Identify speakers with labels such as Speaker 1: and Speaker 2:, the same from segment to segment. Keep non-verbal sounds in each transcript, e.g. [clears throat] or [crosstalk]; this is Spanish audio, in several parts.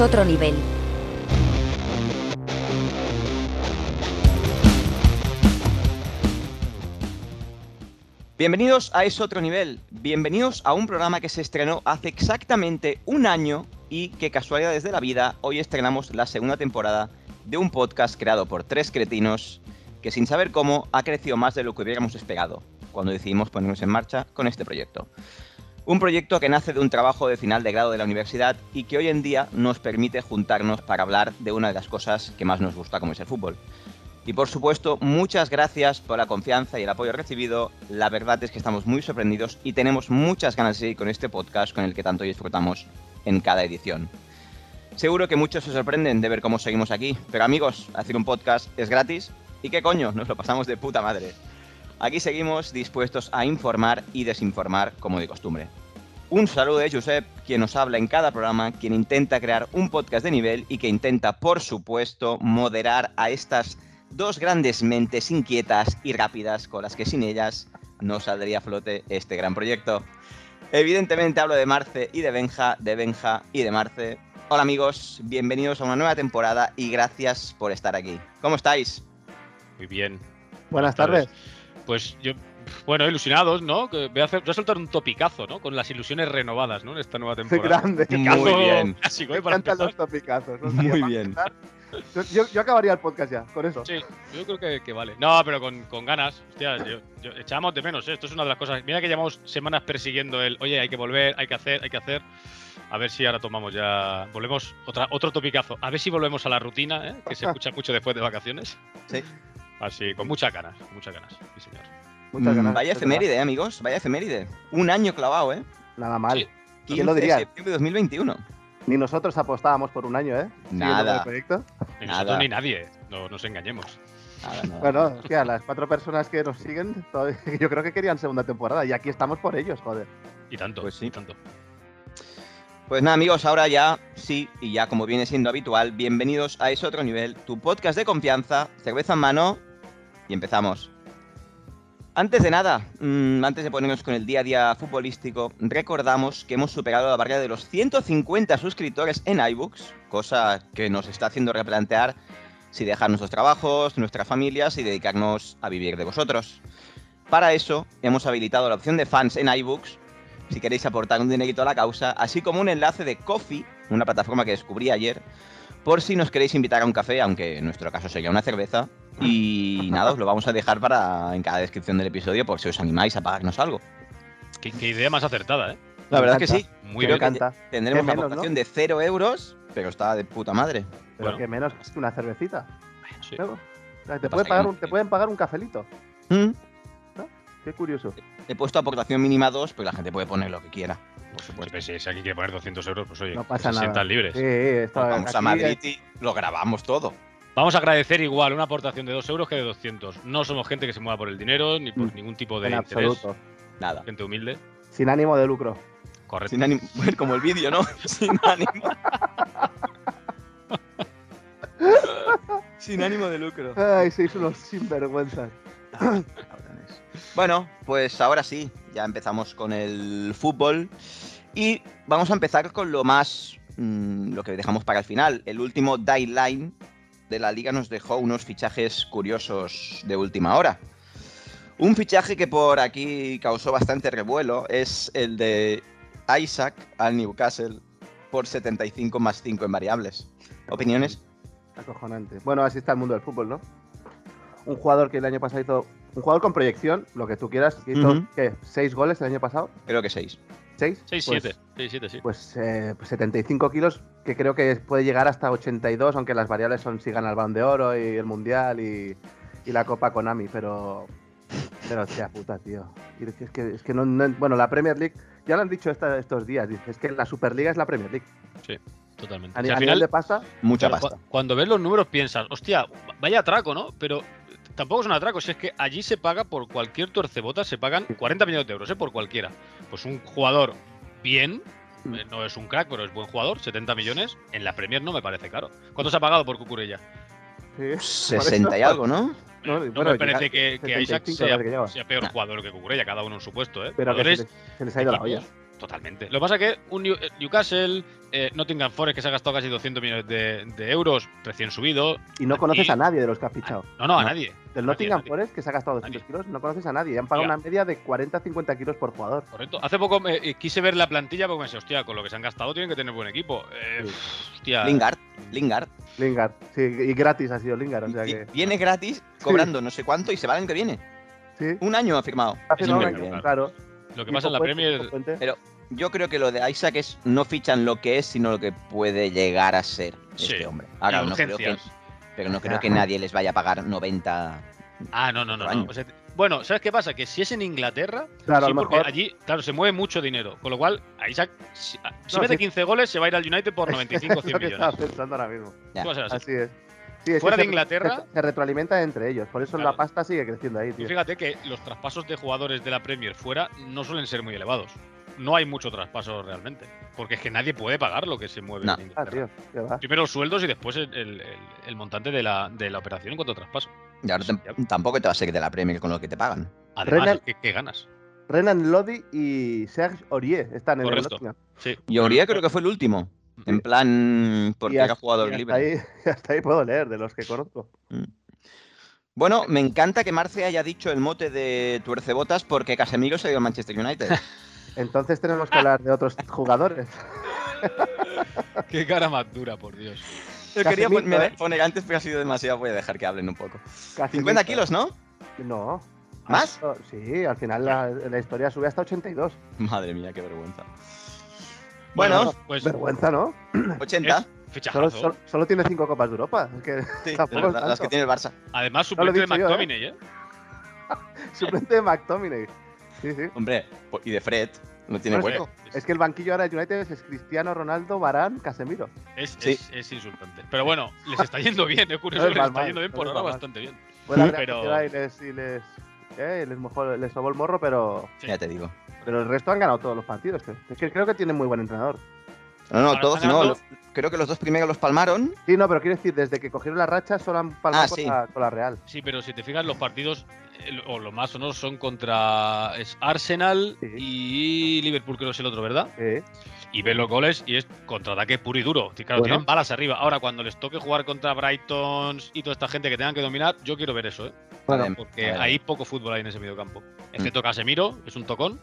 Speaker 1: otro nivel.
Speaker 2: Bienvenidos a Es Otro Nivel, bienvenidos a un programa que se estrenó hace exactamente un año y que casualidades de la vida, hoy estrenamos la segunda temporada de un podcast creado por tres cretinos que sin saber cómo ha crecido más de lo que hubiéramos esperado cuando decidimos ponernos en marcha con este proyecto. Un proyecto que nace de un trabajo de final de grado de la universidad y que hoy en día nos permite juntarnos para hablar de una de las cosas que más nos gusta como es el fútbol. Y por supuesto, muchas gracias por la confianza y el apoyo recibido. La verdad es que estamos muy sorprendidos y tenemos muchas ganas de seguir con este podcast con el que tanto disfrutamos en cada edición. Seguro que muchos se sorprenden de ver cómo seguimos aquí, pero amigos, hacer un podcast es gratis y qué coño, nos lo pasamos de puta madre. Aquí seguimos dispuestos a informar y desinformar como de costumbre. Un saludo de Josep, quien nos habla en cada programa, quien intenta crear un podcast de nivel y que intenta, por supuesto, moderar a estas dos grandes mentes inquietas y rápidas con las que sin ellas no saldría a flote este gran proyecto. Evidentemente hablo de Marce y de Benja, de Benja y de Marce. Hola amigos, bienvenidos a una nueva temporada y gracias por estar aquí. ¿Cómo estáis?
Speaker 3: Muy bien.
Speaker 4: Buenas tardes.
Speaker 3: Pues yo, bueno, ilusionados, ¿no? Que Voy a, hacer, voy a soltar un topicazo, ¿no? Con las ilusiones renovadas, ¿no? En esta nueva temporada.
Speaker 4: Grande.
Speaker 3: Topicazo
Speaker 2: Muy bien.
Speaker 3: clásico,
Speaker 4: Me
Speaker 3: ¿eh? Para
Speaker 4: encantan los
Speaker 3: empezar.
Speaker 4: topicazos. ¿no?
Speaker 2: Muy
Speaker 4: Para
Speaker 2: bien.
Speaker 4: empezar, Yo, yo- yo acabaría el podcast ya, con eso.
Speaker 3: Sí, yo creo que, que vale. No, pero con, con ganas. Hostia, yo, yo- echamos de menos, ¿eh? Esto es una de las cosas. Mira que llevamos semanas persiguiendo el, oye, hay que volver, hay que hacer, hay que hacer. A ver si ahora tomamos ya. Volvemos, otra, otro topicazo. A ver si volvemos a la rutina, ¿eh? Que se escucha mucho después de vacaciones.
Speaker 2: Sí.
Speaker 3: Así, con muchas ganas, con muchas ganas. Sí, señor.
Speaker 4: Muchas ganas.
Speaker 2: Mm, Vaya
Speaker 4: es verdad.
Speaker 2: efeméride, eh, amigos, vaya efeméride. Un año clavado, ¿eh?
Speaker 4: Nada mal.
Speaker 3: Sí.
Speaker 4: ¿Quién lo diría?
Speaker 2: de septiembre de 2021.
Speaker 4: Ni nosotros apostábamos por un año, ¿eh? Siguiendo con el
Speaker 2: Nada,
Speaker 4: proyecto.
Speaker 3: Ni
Speaker 2: Nada.
Speaker 3: nosotros ni nadie, no nos engañemos.
Speaker 2: nada, nada.
Speaker 4: Bueno, hostia, las cuatro personas que nos siguen, todavía- [laughs] yo creo que querían segunda temporada y aquí estamos por ellos, joder.
Speaker 3: Y tanto,
Speaker 2: Pues sí.
Speaker 3: y tanto.
Speaker 2: Pues nada, amigos, ahora ya sí, y ya como viene siendo habitual, bienvenidos a ese otro nivel, tu podcast de confianza, cerveza en mano, y empezamos. Antes de nada, mm, antes de ponernos con el día a día futbolístico, recordamos que hemos superado la barrera de los 150 suscriptores en iBooks, cosa que nos está haciendo replantear si dejar nuestros trabajos, nuestras familias y dedicarnos a vivir de vosotros. Para eso, hemos habilitado la opción de fans en iBooks si queréis aportar un dinerito a la causa, así como un enlace de Coffee, una plataforma que descubrí ayer, por si nos queréis invitar a un café, aunque en nuestro caso sería una cerveza. Y
Speaker 4: [laughs]
Speaker 2: nada, os lo vamos a dejar para en cada descripción del episodio por si os animáis a pagarnos algo.
Speaker 3: Qué, qué idea más acertada, ¿eh?
Speaker 2: La verdad
Speaker 4: Me
Speaker 2: es que sí,
Speaker 3: Muy
Speaker 4: me
Speaker 2: Creo
Speaker 3: bien.
Speaker 2: que-
Speaker 4: encanta.
Speaker 2: tendremos
Speaker 4: Qué
Speaker 2: la
Speaker 4: menos,
Speaker 2: aportación de 0 euros, pero está de puta madre.
Speaker 4: Pero
Speaker 3: Bueno.
Speaker 4: que menos que una cervecita.
Speaker 3: Sí.
Speaker 4: ¿no? O sea, te,
Speaker 2: Pasa
Speaker 4: pueden
Speaker 2: que
Speaker 4: pagar
Speaker 2: no.
Speaker 4: un, te pueden pagar un cafelito.
Speaker 2: Mm,
Speaker 4: Qué curioso.
Speaker 2: He puesto aportación mínima 2, pero la gente puede poner lo que quiera, por supuesto.
Speaker 3: pues Si, si aquí quiere poner 200 euros, pues oye,
Speaker 4: pues No pasa
Speaker 3: se
Speaker 4: nada.
Speaker 3: sientan libres.
Speaker 4: Sí, esto-
Speaker 2: Vamos a
Speaker 4: Pues aquí-
Speaker 2: Madrid y lo grabamos todo.
Speaker 3: Vamos a agradecer igual una aportación de 2 euros que de 200. No somos gente que se mueva por el dinero ni por
Speaker 4: Mm.
Speaker 3: ningún tipo de
Speaker 4: En
Speaker 3: interés.
Speaker 4: absoluto.
Speaker 2: Nada.
Speaker 3: Gente humilde.
Speaker 4: Sin ánimo de lucro.
Speaker 3: Correcto.
Speaker 2: Sin ánimo. [laughs] Como el vídeo, ¿no? Sin ánimo. Sin ánimo de lucro.
Speaker 4: Ay, sois unos sinvergüenzas.
Speaker 2: Bueno, pues ahora sí, ya empezamos con el fútbol. Y vamos a empezar con lo más. mm, lo que dejamos para el final. El último deadline de la liga nos dejó unos fichajes curiosos de última hora. Un fichaje que por aquí causó bastante revuelo es el de Isaac al Newcastle por 75 más 5 en variables. ¿Opiniones?
Speaker 4: Acojonante. Bueno, así está el mundo del fútbol, ¿no? Un jugador que el año pasado hizo. Un jugador con proyección, lo que tú quieras, que hizo,
Speaker 2: Ujú.
Speaker 4: ¿qué? ¿Seis goles el año pasado?
Speaker 2: Creo que 6.
Speaker 4: ¿Seis?
Speaker 3: 6-7. 6-7, sí.
Speaker 4: Pues, pues, eh, 75 kilos, que creo que puede llegar hasta 82, aunque las variables son si gana el Balón de Oro y el Mundial y, y la Copa Konami, pero. Pero, hostia puta, tío. Y Es que, es que, es que no, no- Bueno, la Premier League, ya lo han dicho esta- estos días, dice, es que la Superliga es la Premier League.
Speaker 3: Totalmente.
Speaker 4: A,
Speaker 3: O
Speaker 4: ni-
Speaker 3: sea,
Speaker 4: a
Speaker 3: al
Speaker 4: nivel
Speaker 3: final,
Speaker 4: de pasta,
Speaker 2: Mucha
Speaker 3: claro,
Speaker 2: pasta.
Speaker 3: cu- cuando ves los números piensas, hostia, vaya atraco, ¿no? Pero tampoco es un atraco. Si es que allí se paga por cualquier torcebota, se pagan 40 millones de euros, ¿eh? Por cualquiera. Pues un jugador bien.
Speaker 4: Mm.
Speaker 3: eh, No es un crack, pero es buen jugador. 70 millones. En la Premier no me parece caro. ¿Cuánto se ha pagado por Cucurella?
Speaker 4: sí.
Speaker 2: 60 y algo, ¿no?
Speaker 4: No, y
Speaker 3: Pues, No
Speaker 4: bueno,
Speaker 3: me parece
Speaker 4: llegar-
Speaker 3: que, que Isaac
Speaker 4: 75
Speaker 3: sea,
Speaker 4: parece que lleva.
Speaker 3: sea peor
Speaker 2: No.
Speaker 3: jugador que Cucurella, cada uno en su puesto, ¿eh?
Speaker 4: Pero que se
Speaker 3: Jugadores
Speaker 4: les, se les ha ido la olla.
Speaker 3: equipos Totalmente. Lo que pasa es que un New- eh, Newcastle, eh, Nottingham Forest, que se ha gastado casi 200 millones de, de euros recién subido.
Speaker 4: Y no conoces
Speaker 3: Aquí-
Speaker 4: a nadie de los que has fichado.
Speaker 3: No, no, a
Speaker 4: No.
Speaker 3: nadie.
Speaker 4: Del
Speaker 3: nadie,
Speaker 4: Nottingham
Speaker 3: nadie.
Speaker 4: Forest, que se ha gastado 200
Speaker 3: Nadie.
Speaker 4: kilos, no conoces a nadie. Y han pagado
Speaker 3: Ya.
Speaker 4: una media de 40-50 kilos por jugador.
Speaker 3: Correcto. Hace poco me- eh, quise ver la plantilla porque me decía, hostia, con lo que se han gastado tienen que tener buen equipo. Eh, Hostia.
Speaker 2: Lingard, Lingard.
Speaker 4: Lingard. Sí, y gratis ha sido Lingard. O sea
Speaker 2: Vi-
Speaker 4: que.
Speaker 2: Viene gratis, cobrando no sé cuánto y se va el año que viene.
Speaker 4: Sí.
Speaker 2: Un año ha firmado.
Speaker 4: Ha
Speaker 3: Es
Speaker 4: firmado un
Speaker 3: impecable,
Speaker 4: año, claro.
Speaker 3: Lo que pasa en la
Speaker 4: Puente,
Speaker 3: Premier
Speaker 4: Nico Puente.
Speaker 2: Yo creo que lo de Isaac es no fichan lo que es, sino lo que puede llegar a ser
Speaker 3: Sí.
Speaker 2: este hombre. Ahora,
Speaker 3: y
Speaker 2: no creo que,
Speaker 3: urgencias.
Speaker 2: pero no creo que nadie les vaya a pagar 90.
Speaker 3: Ah, no, no, no.
Speaker 2: por
Speaker 3: no.
Speaker 2: año.
Speaker 3: O sea, te- bueno, ¿sabes qué pasa? Que si es en Inglaterra,
Speaker 4: Claro,
Speaker 3: sí,
Speaker 4: a lo
Speaker 3: porque
Speaker 4: mejor.
Speaker 3: allí, claro, se mueve mucho dinero. Con lo cual, a Isaac, si, a- si
Speaker 4: No,
Speaker 3: mete
Speaker 4: sí.
Speaker 3: 15 goles, se va a ir al United por 95 o
Speaker 4: [laughs] es lo
Speaker 3: 100
Speaker 4: que estaba
Speaker 3: millones.
Speaker 4: pensando ahora mismo.
Speaker 2: Ya.
Speaker 3: Cosas así.
Speaker 4: Así es. Sí, es que
Speaker 3: Fuera de
Speaker 4: se-
Speaker 3: Inglaterra-
Speaker 4: Se, se retroalimenta entre ellos. Por eso
Speaker 3: Claro.
Speaker 4: la pasta sigue creciendo ahí,
Speaker 3: Tú
Speaker 4: tío.
Speaker 3: fíjate que los traspasos de jugadores de la Premier fuera no suelen ser muy elevados. No hay mucho traspaso realmente. Porque es que nadie puede pagar lo que se mueve
Speaker 2: No.
Speaker 3: en
Speaker 4: Ah,
Speaker 3: Inglaterra.
Speaker 4: tío. qué va.
Speaker 3: Primero los sueldos y después el, el- el- el montante de la, de la operación en cuanto a traspaso.
Speaker 2: Y ahora tam-
Speaker 3: Ya.
Speaker 2: tampoco te vas a ir de la Premier con lo que te pagan.
Speaker 3: Además,
Speaker 4: Renal-
Speaker 3: ¿qué, qué ganas?
Speaker 4: Renan Lodi y Serge Aurier están en el
Speaker 3: Correcto.
Speaker 4: Nottingham.
Speaker 3: Sí.
Speaker 2: Y Aurier creo que fue el último. En plan, porque
Speaker 4: Y
Speaker 2: era
Speaker 4: hasta-
Speaker 2: jugador
Speaker 4: y
Speaker 2: libre.
Speaker 4: hasta ahí, [laughs] hasta ahí puedo leer de los que conozco.
Speaker 2: Bueno, me encanta que Marce haya dicho el mote de tuercebotas porque Casemiro se dio a Manchester United.
Speaker 4: Entonces tenemos que hablar
Speaker 3: [laughs]
Speaker 4: de otros jugadores.
Speaker 3: [laughs] Qué cara más dura, por Dios.
Speaker 2: Yo quería
Speaker 4: Casemiro,
Speaker 2: pon- me-
Speaker 4: ¿eh?
Speaker 2: poner antes, pero ha sido demasiado. Voy a dejar que hablen un poco. 50
Speaker 4: Casi listo.
Speaker 2: kilos, ¿no?
Speaker 4: No.
Speaker 2: ¿Más?
Speaker 4: Ah, Sí, al final la, la historia sube hasta 82.
Speaker 2: Madre mía, qué vergüenza. Bueno,
Speaker 3: pues
Speaker 4: Vergüenza, ¿no?
Speaker 2: 80.
Speaker 3: es
Speaker 4: Solo,
Speaker 3: fichajazo.
Speaker 4: solo- solo tiene 5 copas de Europa. Es que [laughs]
Speaker 2: Sí,
Speaker 4: tampoco
Speaker 2: la-
Speaker 4: es
Speaker 2: las que
Speaker 4: tanto.
Speaker 2: tiene el Barça.
Speaker 3: Además,
Speaker 4: No lo he
Speaker 3: suplente de
Speaker 4: dicho yo, ¿eh?
Speaker 3: McTominay, ¿eh?
Speaker 4: suplente de McTominay. Sí, sí.
Speaker 2: Hombre, po- y de Fred. No tiene
Speaker 4: Por
Speaker 2: hueco.
Speaker 4: eso, Es que el banquillo ahora de United es Cristiano Ronaldo, Barán, Casemiro.
Speaker 3: Es,
Speaker 2: Sí.
Speaker 3: es- es insultante. Pero bueno, les está yendo bien, es curioso,
Speaker 4: No es
Speaker 3: les
Speaker 4: mal,
Speaker 3: está
Speaker 4: mal,
Speaker 3: yendo bien
Speaker 4: no
Speaker 3: por
Speaker 4: es
Speaker 3: ahora
Speaker 4: mal.
Speaker 3: bastante bien.
Speaker 4: Fue la
Speaker 3: Pero-
Speaker 4: Real Sociedad y les, y les, eh, les, mojó- les sobó el morro, pero,
Speaker 3: Sí.
Speaker 2: Ya te digo.
Speaker 4: pero el resto han ganado todos los partidos. creo. Es que creo que tienen muy buen entrenador.
Speaker 2: No, no,
Speaker 3: Ahora
Speaker 2: todos
Speaker 3: están
Speaker 2: no.
Speaker 3: ganando.
Speaker 2: lo- creo que los dos primeros los palmaron.
Speaker 4: Sí, no, pero quiero decir, desde que cogieron la racha solo han palmado
Speaker 2: Ah,
Speaker 4: con,
Speaker 2: sí.
Speaker 4: la, con la Real.
Speaker 3: Sí, pero si te fijas, los partidos, eh, lo- o los más sonoros, son contra es Arsenal
Speaker 4: Sí.
Speaker 3: y Liverpool, creo que es el otro, ¿verdad?
Speaker 4: Sí.
Speaker 3: Y ves los goles y es contraataque puro y duro. Sí, Claro,
Speaker 4: Bueno.
Speaker 3: tienen balas arriba. Ahora, cuando les toque jugar contra Brighton y toda esta gente que tengan que dominar, yo quiero ver eso, ¿eh?
Speaker 4: Bueno,
Speaker 2: Adem-
Speaker 3: Porque
Speaker 2: adem-
Speaker 3: hay poco fútbol ahí en ese mediocampo. Excepto
Speaker 2: Mm.
Speaker 3: Casemiro, es un tocón.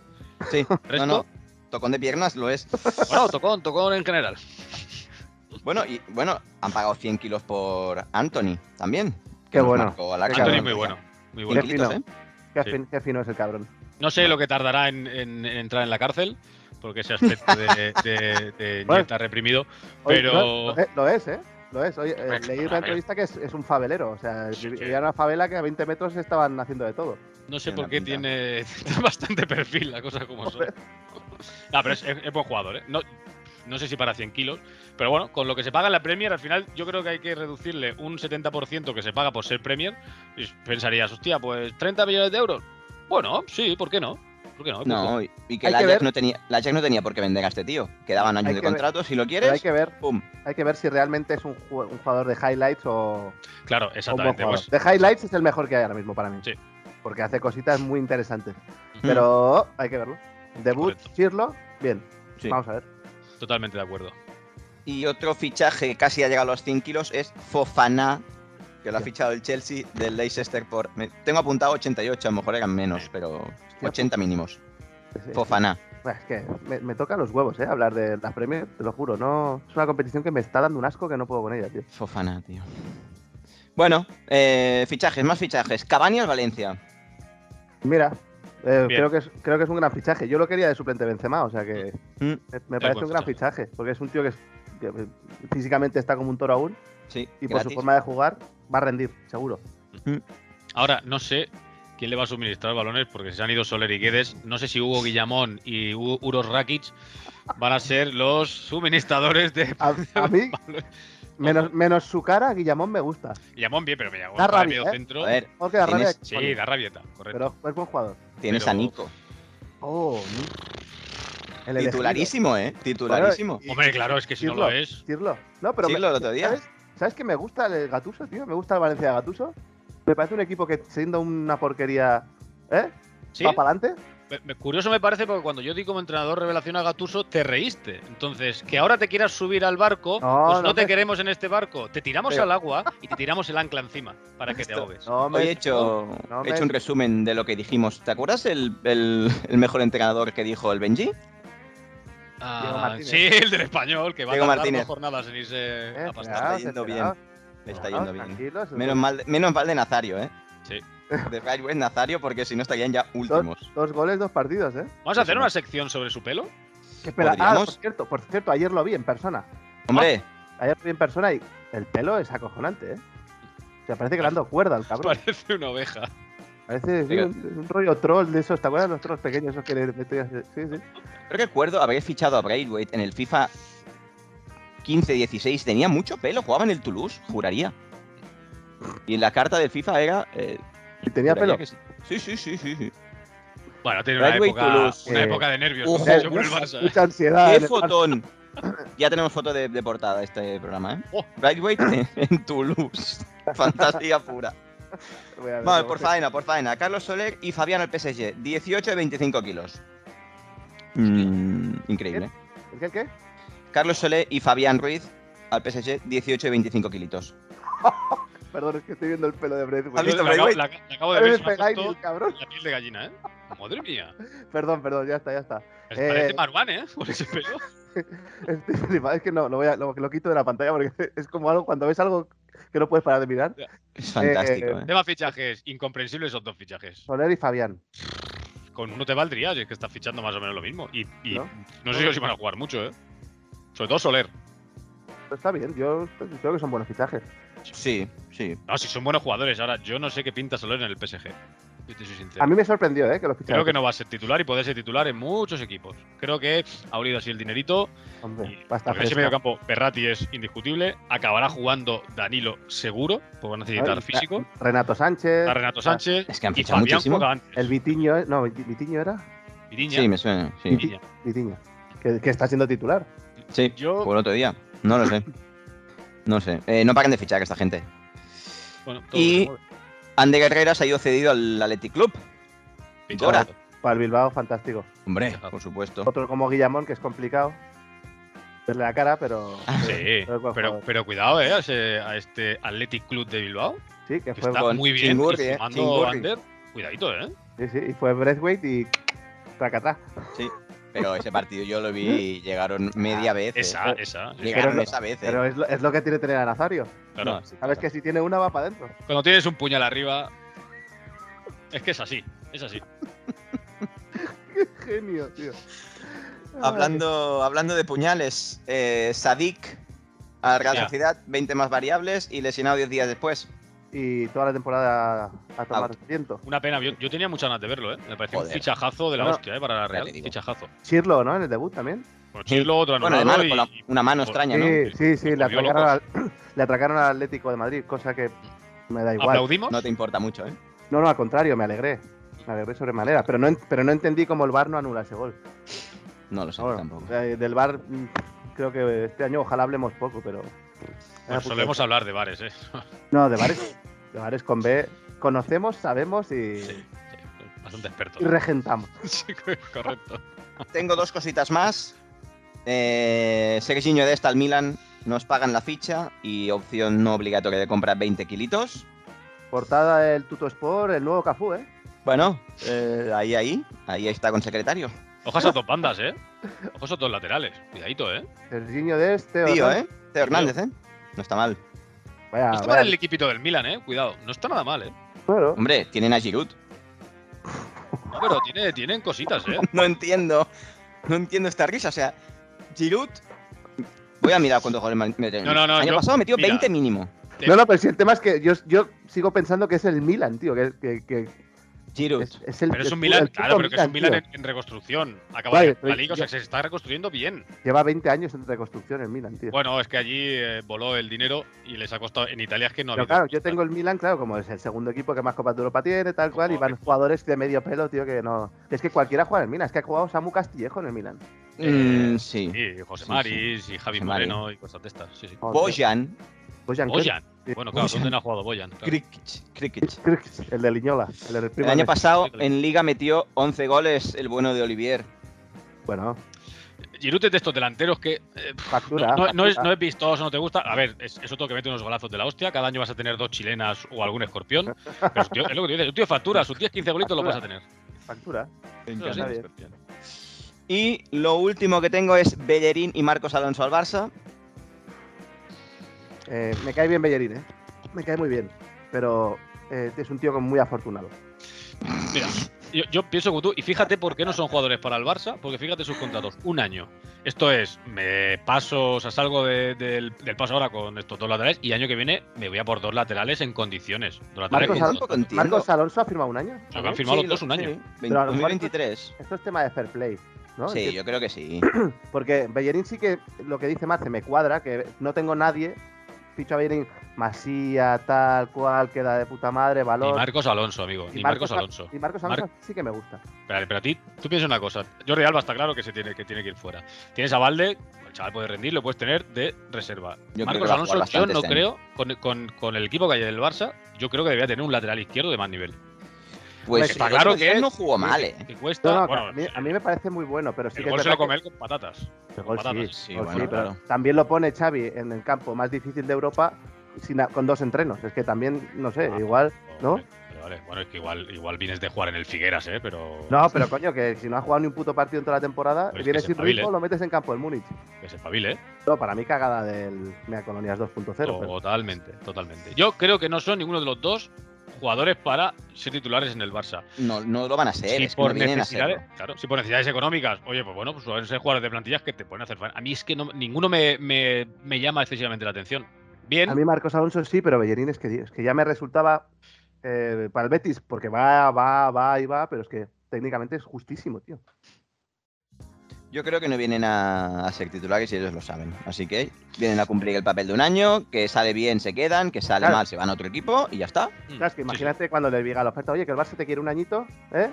Speaker 2: Sí, no,
Speaker 3: ¿Resto?
Speaker 2: no. Tocón de piernas lo es.
Speaker 3: Bueno, tocón, tocón en general.
Speaker 2: Bueno, y bueno, han pagado 100 kilos por Anthony también.
Speaker 4: Qué
Speaker 2: nos
Speaker 4: bueno.
Speaker 2: marcó a la
Speaker 4: Qué
Speaker 2: cara.
Speaker 3: Anthony es muy bueno. Muy bueno.
Speaker 2: 100 kilos,
Speaker 4: fino.
Speaker 2: ¿eh?
Speaker 4: qué,
Speaker 3: sí.
Speaker 4: fin- qué fino es el cabrón.
Speaker 3: No sé lo que tardará en, en- en entrar en la cárcel, porque ese aspecto de, de, de
Speaker 4: Bueno.
Speaker 3: Nieta reprimido.
Speaker 4: Oye,
Speaker 3: Pero-
Speaker 4: no, Lo, es- lo es, ¿eh? Lo es. Oye, eh,
Speaker 3: Hombre,
Speaker 4: leí
Speaker 3: claro.
Speaker 4: una entrevista que es, es un fabelero. O sea,
Speaker 3: Sí,
Speaker 4: vivía
Speaker 3: sí.
Speaker 4: en una favela que a 20 metros estaban haciendo de todo.
Speaker 3: No sé
Speaker 2: Tiene
Speaker 3: por
Speaker 2: una
Speaker 3: qué
Speaker 2: pinta.
Speaker 3: tiene, [laughs] tiene bastante perfil la cosa como son.
Speaker 4: Hombre.
Speaker 3: No, pero es, es- es buen jugador, ¿eh? No, no sé si para 100 kilos, pero bueno, con lo que se paga en la Premier, al final yo creo que hay que reducirle un 70% que se paga por ser Premier. Y pensarías, hostia, pues 30 millones de euros. Bueno, sí, ¿por qué no? ¿Por qué no?
Speaker 2: No, y, y que
Speaker 4: Hay
Speaker 2: el
Speaker 4: que
Speaker 2: Ajax
Speaker 4: ver.
Speaker 2: no tenía, el Ajax no tenía por qué vender a este tío. Quedaban años
Speaker 4: Hay
Speaker 2: de
Speaker 4: que ver.
Speaker 2: contrato. Si lo
Speaker 4: Pero hay
Speaker 2: quieres,
Speaker 4: que ver,
Speaker 2: pum. Mm,
Speaker 4: hay que ver si realmente es un, ju- un jugador de highlights o,
Speaker 3: Pues, Claro,
Speaker 4: o un buen
Speaker 3: exactamente.
Speaker 4: jugador.
Speaker 3: pues,
Speaker 4: De highlights es el mejor que hay ahora mismo para mí.
Speaker 3: Sí.
Speaker 4: Porque hace cositas muy interesantes.
Speaker 3: Ujú.
Speaker 4: Pero hay que verlo. Debut,
Speaker 3: Correcto.
Speaker 4: Shirlo, bien.
Speaker 2: Sí.
Speaker 4: Vamos a ver.
Speaker 3: totalmente de acuerdo.
Speaker 2: Y otro fichaje que casi ha llegado a los 100 kilos es Fofana, que lo ha
Speaker 4: Sí.
Speaker 2: fichado el Chelsea del Leicester por. me- tengo apuntado 88, a lo mejor eran menos, pero 80 mínimos.
Speaker 4: Es- es-
Speaker 2: Fofana.
Speaker 4: Bueno, Es que me, me toca los huevos, ¿eh? Hablar de las Premier, te lo juro. no Es una competición que me está dando un asco que no puedo con ella, tío.
Speaker 2: Fofana, tío. Bueno, eh, fichajes, más fichajes. Cavani al Valencia.
Speaker 4: Mira, eh,
Speaker 3: Bien.
Speaker 4: creo, que es, creo que es un gran fichaje. Yo lo quería de suplente Benzema, o sea que
Speaker 2: Mm.
Speaker 4: me, me
Speaker 3: Es
Speaker 4: parece
Speaker 3: buen
Speaker 4: un gran
Speaker 3: fichaje.
Speaker 4: fichaje, porque es un tío que, es- que, eh, físicamente está como un toro aún
Speaker 2: Sí,
Speaker 4: y por
Speaker 2: gratis.
Speaker 4: su forma de jugar va a rendir, seguro.
Speaker 3: Ahora, no sé quién le va a suministrar balones, porque se han ido Soler y Guedes. No sé si Hugo Guillamón y U- Uros Rakic van a ser los suministradores de
Speaker 4: A,
Speaker 3: [laughs]
Speaker 4: a mí, menos, menos su cara, Guillamón me gusta.
Speaker 3: Guillamón bien, pero me llamó
Speaker 4: Da
Speaker 3: para
Speaker 4: rabia,
Speaker 3: medio
Speaker 4: ¿eh?
Speaker 3: centro.
Speaker 2: A ver,
Speaker 4: Porque la rabia
Speaker 2: Tienes-
Speaker 4: de
Speaker 3: Sí,
Speaker 4: cojones,
Speaker 3: da rabieta, correcto.
Speaker 4: pero es buen jugador.
Speaker 2: tienes a
Speaker 3: pero-
Speaker 2: Nico.
Speaker 4: Oh, ni- el elegido.
Speaker 2: Titularísimo, ¿eh? Titularísimo.
Speaker 4: y-
Speaker 3: Hombre, claro, es que si no
Speaker 4: Pirlo.
Speaker 3: lo es.
Speaker 4: Decirlo. No, pero
Speaker 2: Sí,
Speaker 4: me-
Speaker 2: lo del otro día.
Speaker 4: ¿sabes? ¿Sabes que me gusta el Gatuso, tío? Me gusta el Valencia de Gatuso. Me parece un equipo que siendo una porquería, ¿eh?
Speaker 3: ¿Sí?
Speaker 4: Va para adelante.
Speaker 3: me- me- curioso me parece porque cuando yo di como entrenador revelación a Gatuso, te reíste. Entonces, que ahora te quieras subir al barco,
Speaker 4: No,
Speaker 3: pues no
Speaker 4: no
Speaker 3: te
Speaker 4: me-
Speaker 3: queremos en este barco. Te tiramos
Speaker 4: Pero-
Speaker 3: al agua y te tiramos el ancla encima para que te
Speaker 2: Esto-
Speaker 3: ahogues.
Speaker 4: No,
Speaker 2: Hoy
Speaker 4: me
Speaker 2: he hecho,
Speaker 4: no
Speaker 2: he hecho un
Speaker 4: me-
Speaker 2: resumen de lo que dijimos. ¿Te acuerdas el, el- el mejor entrenador que dijo el Benji?
Speaker 3: Ah,
Speaker 4: Diego Martínez.
Speaker 3: sí, el del español, que va
Speaker 2: Diego
Speaker 3: a tardar
Speaker 2: Martínez.
Speaker 3: dos jornadas en irse
Speaker 4: Eh,
Speaker 3: a pastar.
Speaker 2: claro.
Speaker 4: esperaos,
Speaker 2: Ah, pues yendo bien.
Speaker 4: esperaos,
Speaker 2: Le está
Speaker 4: esperaos,
Speaker 2: yendo bien.
Speaker 4: tranquilos.
Speaker 2: Menos mal, menos mal de Nazario, ¿eh?
Speaker 3: Sí.
Speaker 2: De Right Way Nazario, porque si no estarían ya últimos.
Speaker 4: Dos goles, dos partidos, ¿eh?
Speaker 3: Vamos a hacer una sección sobre su pelo.
Speaker 4: Que espera- ah, por
Speaker 2: ¿Podríamos?
Speaker 4: cierto, por cierto, ayer lo vi en persona.
Speaker 2: Hombre,
Speaker 4: Ayer lo vi en persona y el pelo es acojonante, ¿eh? O sea, parece que le han dado cuerda al cabrón.
Speaker 3: Parece una oveja.
Speaker 4: Parece sí,
Speaker 2: Venga.
Speaker 4: un, un rollo troll de esos. ¿Te acuerdas de los trolls pequeños esos que le metías? Sí, sí.
Speaker 2: yo recuerdo haber fichado a Braithwaite en el FIFA 15-16. Tenía mucho pelo, jugaba en el Toulouse, juraría. Y en la carta del FIFA era. eh,
Speaker 4: Y tenía
Speaker 2: juraría
Speaker 4: pelo.
Speaker 2: que sí. Sí, sí, sí, sí. sí.
Speaker 3: Bueno, tiene una
Speaker 2: Radway
Speaker 3: época,
Speaker 2: Toulouse.
Speaker 3: una
Speaker 4: Eh,
Speaker 3: época de nervios.
Speaker 2: ojo,
Speaker 3: como siempre el
Speaker 4: uf,
Speaker 3: Barça, ¿eh?
Speaker 4: Mucha ansiedad. en
Speaker 2: ¡Qué
Speaker 4: el
Speaker 2: fotón! Ya tenemos foto de, de portada este programa, ¿eh?
Speaker 3: Oh.
Speaker 2: Braithwaite en, en [laughs] Toulouse. Fantasía pura.
Speaker 4: Barça. Voy a ver,
Speaker 2: Vale,
Speaker 4: no
Speaker 2: por
Speaker 4: sé.
Speaker 2: faena, por faena. Carlos Soler y Fabián al PSG. 18 y 25 kilos. Mm, increíble.
Speaker 4: ¿El qué? el qué?
Speaker 2: Carlos Soler y Fabián Ruiz al PSG. 18 y 25 kilitos.
Speaker 4: Perdón, es que estoy viendo el pelo de
Speaker 2: ¿Has
Speaker 4: Braithwaite.
Speaker 2: visto
Speaker 3: Yo la acabo-
Speaker 2: Braithwaite?
Speaker 3: la- la acabo de
Speaker 4: Ahora
Speaker 3: ver,
Speaker 4: me
Speaker 3: se me ha
Speaker 4: pegáis,
Speaker 3: puesto
Speaker 4: el cabrón.
Speaker 3: la piel de gallina, ¿eh? Madre mía.
Speaker 4: Perdón, perdón, ya está, ya está. [laughs] Eh,
Speaker 3: Parece Marwan, ¿eh? [laughs] Por ese pelo.
Speaker 4: Estoy flipado, Este, es que no, lo, voy a, lo, lo quito de la pantalla porque [laughs] es como algo cuando ves algo que no puedes parar de mirar.
Speaker 2: Es fantástico, ¿eh?
Speaker 3: Tema fichajes, incomprensibles son dos fichajes.
Speaker 4: Soler y Fabián.
Speaker 3: Con uno te valdría, si es que estás fichando más o menos lo mismo. Y, y
Speaker 4: ¿No?
Speaker 3: ¿No? sé si van a jugar mucho, ¿eh? Sobre todo Soler.
Speaker 4: Pero Pues está bien, yo creo que son buenos fichajes.
Speaker 2: Sí, sí.
Speaker 3: No, si son buenos jugadores. Ahora, yo no sé qué pinta Soler en el PSG. Yo te soy sincero.
Speaker 4: A mí me sorprendió, ¿eh? Que los
Speaker 3: Creo
Speaker 4: fichajes.
Speaker 3: que no va a ser titular y puede ser titular en muchos equipos. Creo que ha olido así el dinerito.
Speaker 4: Hombre,
Speaker 3: Y
Speaker 4: va a estar
Speaker 3: porque ese
Speaker 4: fresco.
Speaker 3: medio campo, Berrati es indiscutible. Acabará jugando Danilo seguro, porque va a
Speaker 4: A ver,
Speaker 3: necesitar físico.
Speaker 4: está Renato Sánchez. Ah,
Speaker 3: Está Renato Sánchez.
Speaker 2: Es que han
Speaker 3: Y
Speaker 2: fichado
Speaker 3: Fabián
Speaker 2: muchísimo.
Speaker 3: juega antes.
Speaker 4: El Vitiño, ¿eh? no, Viti- Vitiño era.
Speaker 3: Viriña,
Speaker 2: Sí, me suena. Sí,
Speaker 3: Viriña.
Speaker 4: Vitiño. Que, que está siendo titular.
Speaker 2: sí.
Speaker 3: Yo-
Speaker 2: Por otro día. No lo sé. No sé. Eh, no paran de fichar esta gente.
Speaker 3: Bueno, todo
Speaker 2: Y-
Speaker 3: se mueve.
Speaker 2: Ander Herrera se ha ido cedido al Athletic Club.
Speaker 3: Fichado.
Speaker 2: Dora.
Speaker 4: Para el Bilbao, fantástico.
Speaker 2: Hombre, por supuesto.
Speaker 4: Otro como Guillamón, que es complicado. Verle la cara, pero.
Speaker 3: Sí,
Speaker 4: Pero buen
Speaker 3: pero,
Speaker 4: jugador.
Speaker 3: pero cuidado, ¿eh? A, ese- a este Athletic Club de Bilbao,
Speaker 4: Sí, que
Speaker 3: que
Speaker 4: fue.
Speaker 3: está
Speaker 2: con
Speaker 3: muy bien.
Speaker 2: Chingurri,
Speaker 3: y
Speaker 2: ¿eh?
Speaker 3: fumando
Speaker 2: Chingurri.
Speaker 3: Ander. Cuidadito, ¿eh?
Speaker 4: Sí, sí, y fue Braithwaite y. Tracatá.
Speaker 2: Sí. Pero ese partido yo lo vi y llegaron
Speaker 3: Ah,
Speaker 2: media vez. ¿eh?
Speaker 3: Esa, esa. sí,
Speaker 2: Llegaron
Speaker 4: Pero no-
Speaker 2: esa vez. ¿eh?
Speaker 4: Pero es lo, es lo que tiene tener a Nazario.
Speaker 3: claro.
Speaker 2: No, sí,
Speaker 4: Sabes
Speaker 2: claro.
Speaker 4: que si tiene una va para adentro.
Speaker 3: Cuando tienes un puñal arriba. Es que es así, es así.
Speaker 4: [laughs] Genio, tío.
Speaker 2: Hablando, hablando de puñales, eh, Sadik a Real
Speaker 3: Ya.
Speaker 2: Sociedad, 20 más variables y lesionado 10 días después.
Speaker 4: Y toda la temporada a tomar viento.
Speaker 3: Una pena, yo, yo tenía muchas ganas de verlo, ¿eh? Me pareció un
Speaker 2: Joder.
Speaker 3: fichajazo de la
Speaker 4: No, no.
Speaker 3: hostia, ¿eh? Para la Real,
Speaker 2: te digo.
Speaker 3: fichajazo.
Speaker 4: Chirlo, ¿no? En el debut también.
Speaker 3: Bueno, Chilo, otro
Speaker 2: Bueno, de
Speaker 3: anulado
Speaker 2: mano, con la-
Speaker 3: y-
Speaker 2: una mano
Speaker 3: por-
Speaker 2: extraña,
Speaker 4: Sí,
Speaker 2: ¿no?
Speaker 4: sí, sí, le
Speaker 3: Los volvió
Speaker 4: atracaron, al, [clears throat] le atracaron al Atlético de Madrid, cosa que me da igual.
Speaker 3: ¿Aplaudimos?
Speaker 2: No te importa mucho, ¿eh?
Speaker 4: No, no, al contrario, me alegré. Me alegré sobremanera, pero no, en- pero no entendí cómo el VAR no anula ese gol.
Speaker 2: No lo sé
Speaker 4: Ahora,
Speaker 2: Pues tampoco.
Speaker 4: eh, del VAR mm, creo que este año ojalá hablemos poco, pero... Ah, pues
Speaker 3: Bueno, Pues solemos hablar de bares, ¿eh?
Speaker 4: No, de bares, de bares con B conocemos, sabemos y,
Speaker 3: Sí, sí, bastante experto.
Speaker 4: y regentamos.
Speaker 3: [laughs] Sí, correcto.
Speaker 2: Tengo dos cositas más. Eh, Serginho de esta al Milan nos pagan la ficha y opción no obligatoria de compra 20 kilitos.
Speaker 4: Portada del Tuto Sport, el nuevo Cafú, ¿eh?
Speaker 2: Bueno, eh, ahí, ahí, ahí está con secretario.
Speaker 3: Ojas a dos bandas, ¿eh? Ojos a dos laterales. Cuidadito, ¿eh?
Speaker 4: Serginho de este...
Speaker 2: Tío,
Speaker 4: ¿no?
Speaker 2: ¿eh? Teo Hernández, ¿eh? No está mal.
Speaker 4: Vaya,
Speaker 3: No está
Speaker 4: vaya-
Speaker 3: mal el equipito del Milan, ¿eh? Cuidado. No está nada mal, ¿eh?
Speaker 4: claro.
Speaker 2: Hombre, tienen a Giroud.
Speaker 3: No, pero tiene, tienen cositas,
Speaker 4: [laughs]
Speaker 3: ¿eh?
Speaker 2: No entiendo. No entiendo esta risa. O sea, Giroud. Voy a mirar cuántos goles metió.
Speaker 3: No, no, no,
Speaker 2: Año
Speaker 3: yo-
Speaker 2: pasado metió
Speaker 3: mira.
Speaker 2: 20 mínimo.
Speaker 3: Te-
Speaker 4: No, no, pero si el tema es que yo, yo sigo pensando que es el Milan, tío, que, que- que
Speaker 2: Giroud.
Speaker 4: es, es el
Speaker 3: Pero es
Speaker 4: el
Speaker 3: un
Speaker 4: pu-
Speaker 3: Milan,
Speaker 4: el
Speaker 3: claro,
Speaker 4: puto
Speaker 3: pero que es un Milan
Speaker 4: tío.
Speaker 3: en, en reconstrucción. Acaba
Speaker 4: Vale,
Speaker 3: de la
Speaker 4: pero
Speaker 3: liga, o
Speaker 4: yo-
Speaker 3: sea, que se está reconstruyendo bien.
Speaker 4: Lleva 20 años en reconstrucción el Milan, tío.
Speaker 3: Bueno, es que allí eh, voló el dinero y les ha costado. En Italia es que no
Speaker 4: Pero
Speaker 3: había.
Speaker 4: claro, yo tengo el Milan, claro, como es el segundo equipo que más Copas de Europa tiene, tal cual, y van jugadores de medio pelo, tío, que no. Es que cualquiera juega en el Milan, es que ha jugado Samu Castillejo en el Milan.
Speaker 3: eh,
Speaker 2: Mm, sí.
Speaker 3: Sí, José
Speaker 2: Sí,
Speaker 3: Maris y Javi
Speaker 2: José Mari.
Speaker 3: Moreno y cosas de estas. Sí, sí.
Speaker 4: Joder,
Speaker 2: Bojan.
Speaker 4: Bojan, ¿qué?
Speaker 3: Boyan. Bueno, claro, ¿dónde no ha jugado Boyan? Claro.
Speaker 2: Krikic, Krikic.
Speaker 4: Cric, El de Liñola. El, del
Speaker 2: El
Speaker 4: primo
Speaker 2: año
Speaker 4: de-
Speaker 2: pasado en Liga metió 11 goles el bueno de Olivier.
Speaker 4: Bueno,
Speaker 3: Giroud es de estos delanteros que eh, No,
Speaker 4: factura.
Speaker 3: no- no es,
Speaker 4: factura.
Speaker 3: no es vistoso, no te gusta. A ver, es, es otro que mete unos golazos de la hostia. Cada año vas a tener dos chilenas o algún escorpión. Pero su tío- es lo que te dices, su tío factura, sus 10, 15 bolitos los vas a tener.
Speaker 4: Factura.
Speaker 3: Eso sí,
Speaker 4: encanta.
Speaker 3: es escorpión.
Speaker 2: Y lo último que tengo es Bellerín y Marcos Alonso al Barça.
Speaker 4: Eh, me cae bien Bellerín, ¿eh? Me cae muy bien. Pero eh, es un tío como muy afortunado.
Speaker 3: Mira, yo, yo pienso como tú, y fíjate por qué no son jugadores para el Barça, porque fíjate sus contratos, un año. Esto es, me paso, o sea, salgo de- del, del paso ahora con estos dos laterales y año que viene me voy a por dos laterales en condiciones. Dos laterales
Speaker 4: Marcos
Speaker 3: con-
Speaker 4: Alonso-
Speaker 2: Tampoco entiendo.
Speaker 4: Marcos Alonso ha firmado un año.
Speaker 3: Ah, han firmado los dos un
Speaker 2: lo-
Speaker 3: año.
Speaker 2: sí,
Speaker 4: Pero a lo mejor-
Speaker 2: 2023.
Speaker 4: Esto es tema de fair play, ¿no?
Speaker 2: Sí,
Speaker 4: Entiendo.
Speaker 2: yo creo que sí.
Speaker 4: Porque Bellerín sí que lo que dice Marce me cuadra, que no tengo nadie. Ficho a Bellerín, Masía, tal cual, queda de puta madre,
Speaker 3: Ni
Speaker 4: valor.
Speaker 3: Marcos Alonso, amigo, ni Marcos Alonso. Ah,
Speaker 4: Y Marcos Alonso sí que me gusta.
Speaker 3: Pero, pero a ti, tú piensas una cosa. Jordi Alba está claro que se tiene que, tiene que ir fuera. Tienes a Valde, el chaval puede rendir, lo puedes tener de reserva.
Speaker 2: Yo creo que
Speaker 3: Marcos
Speaker 2: va a jugar
Speaker 3: Alonso, yo
Speaker 2: bastante
Speaker 3: no
Speaker 2: este
Speaker 3: creo, con, con- con el equipo que hay del Barça, yo creo que debería tener un lateral izquierdo de más nivel.
Speaker 2: Pues
Speaker 3: está
Speaker 2: el
Speaker 3: claro
Speaker 2: otro día
Speaker 3: que-
Speaker 2: no jugó mal, ¿eh?
Speaker 3: Que cuesta.
Speaker 4: No, no,
Speaker 3: bueno,
Speaker 4: a, mí, a mí me parece muy bueno, pero sí
Speaker 3: el
Speaker 4: que
Speaker 3: gol
Speaker 4: es
Speaker 3: se lo
Speaker 4: verdad
Speaker 3: come él con patatas.
Speaker 4: que- el
Speaker 3: con
Speaker 4: gol
Speaker 3: patatas.
Speaker 4: sí,
Speaker 2: Sí,
Speaker 4: el gol
Speaker 2: bueno,
Speaker 4: sí, pero
Speaker 2: claro.
Speaker 4: también lo pone Xavi en el campo más difícil de Europa sin a- con dos entrenos. Es que también, no sé,
Speaker 3: Ah,
Speaker 4: igual, ¿no?
Speaker 3: Hombre, pero vale, bueno, es que igual, igual vienes de jugar en el Figueras, ¿eh? Pero
Speaker 4: No, pero coño, que si no has jugado ni un puto partido en toda la temporada,
Speaker 3: Pero es que
Speaker 4: vienes
Speaker 3: se
Speaker 4: sin
Speaker 3: espabile.
Speaker 4: ritmo, lo metes en campo del Múnich.
Speaker 3: que se espabile, ¿eh?
Speaker 4: No, para mí cagada del Mea Colonias 2.0.
Speaker 3: Oh,
Speaker 4: pero-
Speaker 3: Totalmente, totalmente. Yo creo que no son ninguno de los dos jugadores para ser titulares en el Barça.
Speaker 2: No, no lo van a ser,
Speaker 3: si
Speaker 2: es que
Speaker 3: por
Speaker 2: no vienen a
Speaker 3: necesidades,
Speaker 2: serlo.
Speaker 3: claro, si por necesidades económicas, oye, pues bueno, pues suelen ser jugadores de plantillas que te pueden hacer fan. A mí es que no- ninguno me, me- me llama excesivamente la atención. Bien,
Speaker 4: A mí Marcos Alonso sí, pero Bellerín es que, es que ya me resultaba eh, para el Betis, porque va, va, va y va, pero es que técnicamente es justísimo, tío.
Speaker 2: Mm, Yo creo que no vienen a, a ser titulares y ellos lo saben. Así que vienen a cumplir el papel de un año, que sale bien se quedan, que sale
Speaker 4: Claro.
Speaker 2: mal se van a otro equipo y ya está.
Speaker 3: mm,
Speaker 4: Claro, es
Speaker 3: sí,
Speaker 4: que imagínate cuando le diga la oferta, oye, que el Barça te quiere un añito, ¿eh?